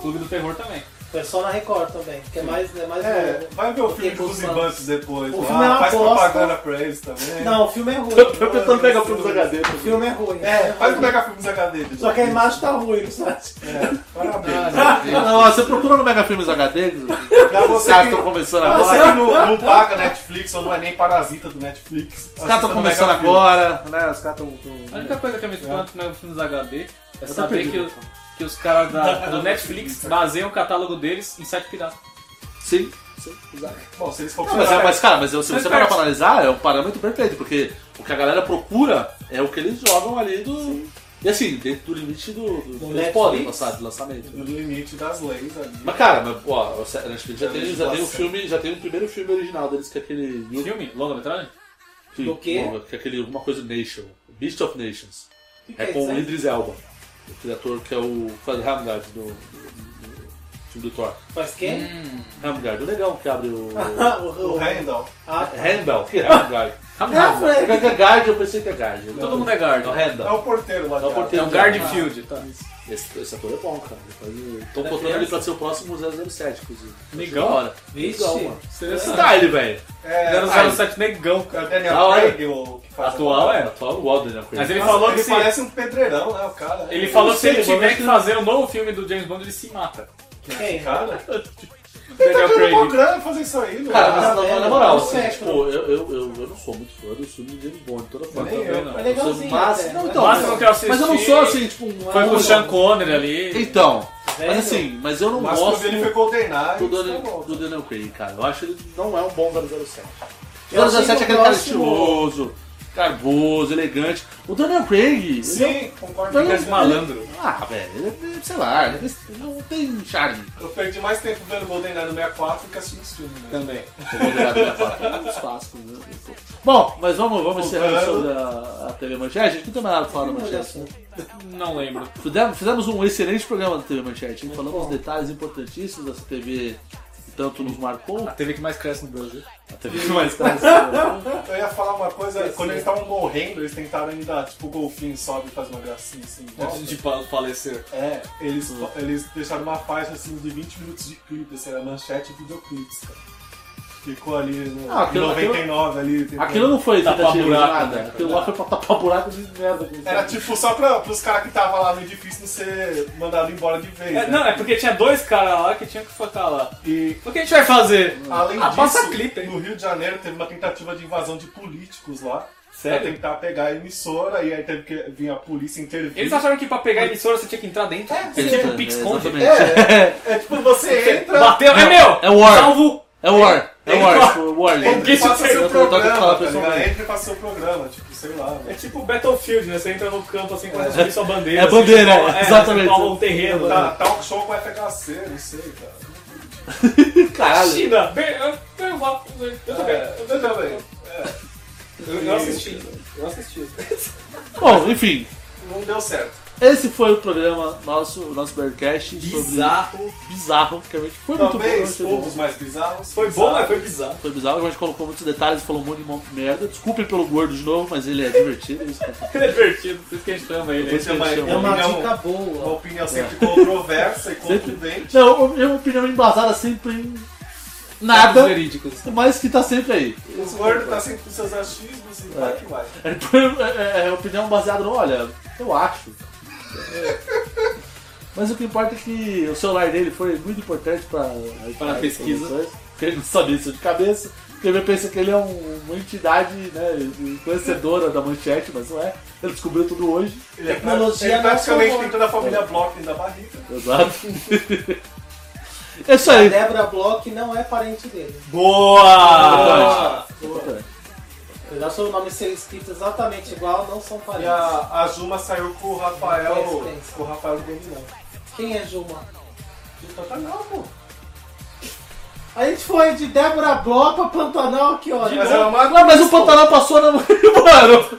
M: Clube do Terror também.
D: Foi só na Record também, que é mais. É mais
A: É,
D: novo.
A: vai ver o filme
D: Porque
A: dos
D: com-
A: Ibantes depois.
D: O
A: lá,
D: filme é uma
A: faz
D: bosta.
A: propaganda pra eles também.
D: Não, o filme é ruim.
B: Eu tô tentando pegar o filme do HD.
D: O filme é ruim.
A: É, faz pegar filmes HD. de
D: Só que a imagem tá ruim no site.
A: É, parabéns.
B: Ah, Não, ó, você procura no Mega Filmes HD, que
A: Pra
B: os
A: você
B: caras
A: que-
B: estão começando
A: pra você que
B: agora.
A: não, não paga Netflix ou não é nem parasita do Netflix.
B: Os caras estão começando agora, né? Os caras
M: A
B: estão.
M: única coisa que eu me
B: É.
M: espanto nos filmes HD é saber
B: perdido,
M: que, os- que os caras da- do Netflix baseiam o catálogo deles em site pirata.
B: Sim.
A: Bom, se eles
B: Não, mas, é- mas, cara, mas se você
M: Mas
B: parar pra
M: parte-
B: analisar, é um parâmetro perfeito, porque o que a galera procura é o que eles jogam ali do. E assim, dentro do limite do, do- que eles
D: Netflix.
B: podem passar de lançamento.
A: No limite das leis ali.
B: Mas cara, mas, pô, a Netflix já
A: Da
B: tem, já tem um
A: legislação.
B: filme, já tem o primeiro filme original deles, que é aquele.
M: Filme? Longa-metragem?
B: que,
D: Do quê?
B: bom, que é aquele alguma coisa Nation. Beast of Nations.
D: Que que
B: é
D: é
B: com
D: isso
B: o
D: aí?
B: Idris Elba, o criador que é o. faz Hamgard do, do, do filme do Thor.
D: Faz quem?
B: Hum. Hamgard, o legão que abre o.
D: o,
A: é O
D: o,
A: Randall.
D: ah,
B: Handbell, que é Hamgard.
D: ah,
M: Ramada.
D: Fred.
B: É Guard, eu pensei que é Guard.
M: Tá Todo mundo é guard.
B: É o
A: É
B: Handel.
A: o porteiro lá
B: É o
A: de
B: porteiro.
M: É o guard field. Tá.
B: Esse, esse ator é bom, cara. Estão
M: Ele é
B: contando ele
M: criança.
B: pra ser o próximo 007, inclusive.
M: Negão.
B: Da hora.
D: Vixe.
B: Negão, mano.
M: Interessante.
B: Style, velho.
A: É,
M: 007 negão,
A: é
M: cara.
A: o Daniel
B: Da hora.
A: Craig, o que faz
M: Atual é.
B: Atual o Alden, né?
M: Mas ele
A: Nossa,
M: falou que
A: ele
M: se,
A: parece um pedreirão, né, o cara.
M: ele falou que se
B: sei,
M: ele
B: mano,
M: tiver
B: acho
M: que
B: que-
M: fazer um novo filme do James Bond, ele se mata.
D: Quem?
A: Cara, ele tá
M: Daniel
A: ganhando mó
M: Craig.
A: grana fazer isso aí, não
B: Cara,
A: é?
B: mas na,
D: velho,
B: na moral,
D: tá
B: assim,
D: certo.
B: tipo, eu, eu, eu, eu não sou muito fã do filme de James Bond, de toda forma.
A: Nem eu. né?
D: É
B: Eu sou
D: legalzinho.
B: massa-
D: até.
B: Não, então,
M: Mas não
B: mas,
M: que eu assisti.
B: mas eu não sou assim, tipo, um.
M: Foi com
B: um-
M: o Sean Connery ali.
B: Então,
D: Velho.
B: mas assim, mas eu não
A: Mas
B: gosto
A: quando ele foi condenar,
B: do,
A: isso tá
B: Daniel,
A: bom.
B: do Daniel Craig, cara. Eu acho que ele não é um bom 007. O
D: Eu achei
B: 007 é
D: que
B: aquele
D: o
B: cara
D: próximo-
B: estiloso, garboso, elegante. O Daniel Craig. ele
A: Sim, concordo
B: Ele é
A: com
B: um
A: você.
M: malandro.
B: é- Ah, velho, ele é- sei lá, ele é- não tem charme.
A: Eu perdi mais tempo vendo GoldenEye no 64 do que assistindo esse filme. Né?
M: Também.
B: Eu vou virar pra falar, é um espaço, né? Bom, mas vamos, vamos encerrar
A: Voltando.
B: sobre a, a TV Manchete. A gente não tem mais nada pra falar da Manchete. né?
M: Não lembro.
B: Fizemos, fizemos um excelente programa da TV Manchete. hein? Falamos detalhes importantíssimos dessa TV que tanto nos marcou.
M: A TV que mais cresce no Brasil.
B: A TV que mais cresceu.
A: Eu ia falar uma coisa, quando eles estavam morrendo, eles tentaram ainda, tipo, o golfinho sobe e faz uma gracinha assim. volta.
M: Antes de fa- falecer.
A: É, eles, eles deixaram uma faixa assim de 20 minutos de clipe, assim, era manchete e videoclipes, cara. Ficou ali no
B: Ah, aquilo-
A: 99 ali. tentando-
B: Aquilo não foi tapar buraco, né? É, Aquilo lá foi pra tapar buraco de merda. que eles
A: Era tipo só pra, pros caras que estavam lá no edifício não ser mandado embora de vez.
C: É,
A: né?
C: não, é porque tinha dois caras lá que tinha que focar lá. E o que a gente vai fazer?
A: Além
C: ah,
A: disso,
C: passa clipe, hein?
A: no Rio de Janeiro teve uma tentativa de invasão de políticos lá.
C: Sério?
A: Pra tentar pegar a emissora e aí teve que vir a polícia intervir.
C: Eles acharam que pra pegar a emissora você tinha que entrar dentro. É,
A: sim.
C: você tipo
A: É,
C: Pix Conde.
B: tá, exatamente.
A: É, é, é tipo, você entra.
C: Bateu, é meu!
B: É War.
C: Salvo!
B: É War. É
C: Ele
B: War.
C: fala-
B: Tipo, War.
A: Entre e faça
B: um
A: seu programa, tá ligado?
B: pessoalmente.
A: Entre e faça seu programa, tipo, sei lá. né?
C: É tipo Battlefield, né? Você entra no campo assim, pra subir sua bandeira.
B: É
C: assim,
B: bandeira,
C: você toma-
B: é, exatamente.
C: você toma um terreno.
A: Tá,
C: Tá.
A: talk show com FHC, não sei, cara.
B: Caralho.
C: China! Bem, eu, eu, vou- eu, também.
A: É, eu também.
C: Eu, eu assisti. Eu assisti.
B: Bom, enfim.
A: Não deu certo.
B: Esse foi o programa nosso, o nosso Bearcast. sobre-
C: Bizarro.
B: Bizarro, que realmente foi muito bom. eu
A: Talvez
B: achei
A: poucos
B: bom.
A: mais bizarros.
C: Foi bom, né? mas foi bizarro.
B: Foi bizarro, a gente colocou muitos detalhes, falou um monte de mão- merda. Desculpem pelo gordo de novo, mas ele é divertido. é isso, cara.
C: É divertido, vocês que chama ele.
A: Vou chamar ele.
D: É uma
A: Opinião-
D: dica boa.
A: Uma opinião sempre controversa e contundente.
B: Não, eu- minha opinião é embasada sempre em nada,
C: Fatos Verídicos.
B: mas que tá sempre aí.
A: O gordo tá sempre com seus achismos e vai que vai.
B: É, é, é, é opinião baseada no, olha, eu acho. É. Mas o que importa é que o celular dele foi muito importante para
C: Para a pesquisa.
B: Porque ele não sabia isso de cabeça. Porque ele pensa que ele é um- uma entidade né, conhecedora da manchete, mas não é. Ele descobriu tudo hoje.
A: Ele, é pra-
D: Tecnologia
A: ele
D: não
A: praticamente
D: salvou.
A: tem toda a família Block dentro da barriga.
B: Exato. é isso
D: A
B: aí.
D: Débora Bloch não é parente dele.
C: Boa!
D: Ah, Apesar do seu nome ser escrito exatamente igual, não são
A: E
D: parentes.
A: a, a Juma saiu com o Rafael.
D: Coincidência.
A: Com o Rafael tá do Dominão.
D: Quem é Juma?
A: Pantanal, pô.
D: A gente foi de Débora Bloch pra Pantanal aqui, olha.
A: Mas era uma
B: Ah, mas o Pantanal passou na. Mano! O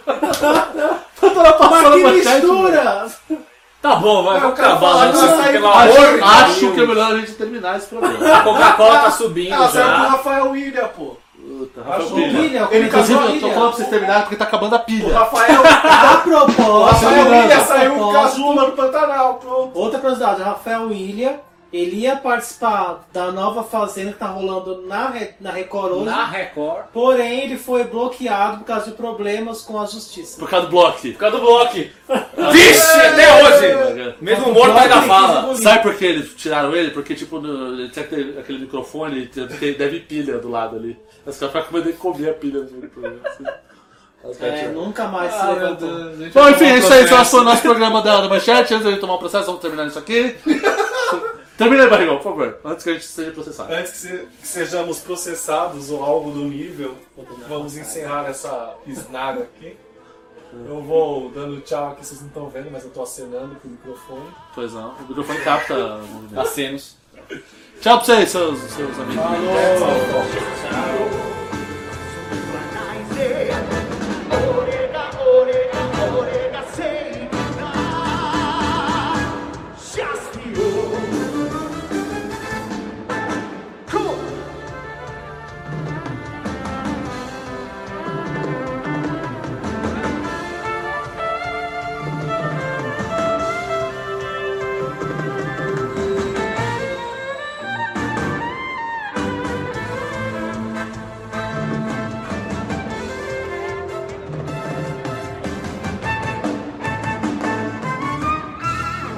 B: Pantanal
D: Mas
B: passou
D: que
B: na manchete. mano.
D: mistura!
C: Tá bom,
A: É
C: vai, vamos acabar.
A: falar
C: né?
A: que eu saí
C: Pelo
A: do
C: amor de
B: Acho, acho
C: Deus.
B: que é melhor a gente terminar esse programa.
C: A Coca-Cola tá subindo
A: Ela saiu com o
C: já.
A: Rafael William, pô.
B: Puta,
A: Rafael
B: Rafael
A: Pilha.
B: Pilha.
D: Pilha,
A: Ele
D: ele
B: Inclusive,
D: casou a
B: eu tô
D: pilha.
B: falando pra vocês terminarem porque tá acabando a
A: O
B: pilha.
A: Rafael.
D: A
A: o
D: proposta.
A: Rafael William
D: a
A: saiu com a
D: proposta-
A: Juma do Pantanal, pronto.
D: Outra curiosidade, o Rafael William, ele ia participar da nova fazenda que tá rolando na, Re- na Record hoje,
C: Na Record.
D: porém ele foi bloqueado por causa de problemas com a justiça.
B: Por causa do bloco.
C: Por causa do bloco. Vixe,
A: É.
C: até hoje. Mesmo morto ainda
D: Bloco,
C: fala.
D: ele quis abolir.
B: Sabe por que eles tiraram ele? Porque, tipo, no, ele tinha que ter aquele microfone tem- tem- deve pilha do lado ali. As caras ficam com medo de comer a pilha do microfone. assim. As caras
D: É,
B: tiraram.
D: nunca mais se
C: Ah, meu
D: levantou.
C: Deus, gente,
B: Bom,
C: eu
B: enfim,
C: vou
B: é isso aí.
C: processo.
B: Então, esse foi o nosso programa da, da manchete. Antes de eu tomar um processo, vamos terminar isso aqui. Termina aí, barrigão, por favor. Antes que a gente seja processado.
A: Antes que, se- que sejamos processados ou algo do nível, vamos encerrar essa pisnada aqui. Eu vou dando tchau aqui, vocês não estão vendo, mas eu tô acenando com o microfone.
B: Pois não. O microfone capta o movimento.
C: Acenos.
B: Tchau pra vocês, seus, seus amigos.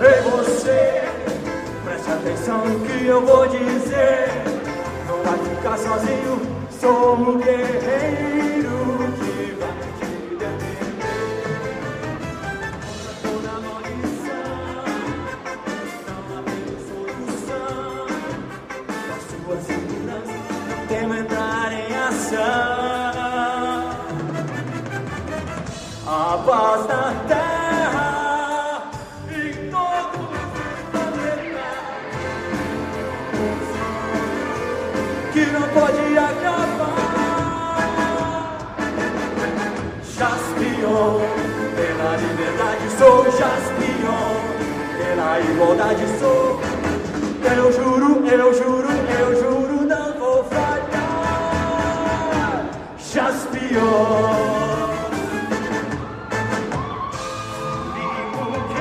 F: Ei você, preste atenção no que eu vou dizer. Não vai ficar sozinho, sou um guerreiro que vai te defender. Contra toda maldição, não há meio solução. Com suas seguranças, não temo entrar em ação. A paz da terra em todo o planeta que não pode acabar. Jaspion, pela liberdade sou Jaspion, pela igualdade sou. Eu juro, eu juro, eu juro, não vou falhar. Jaspion.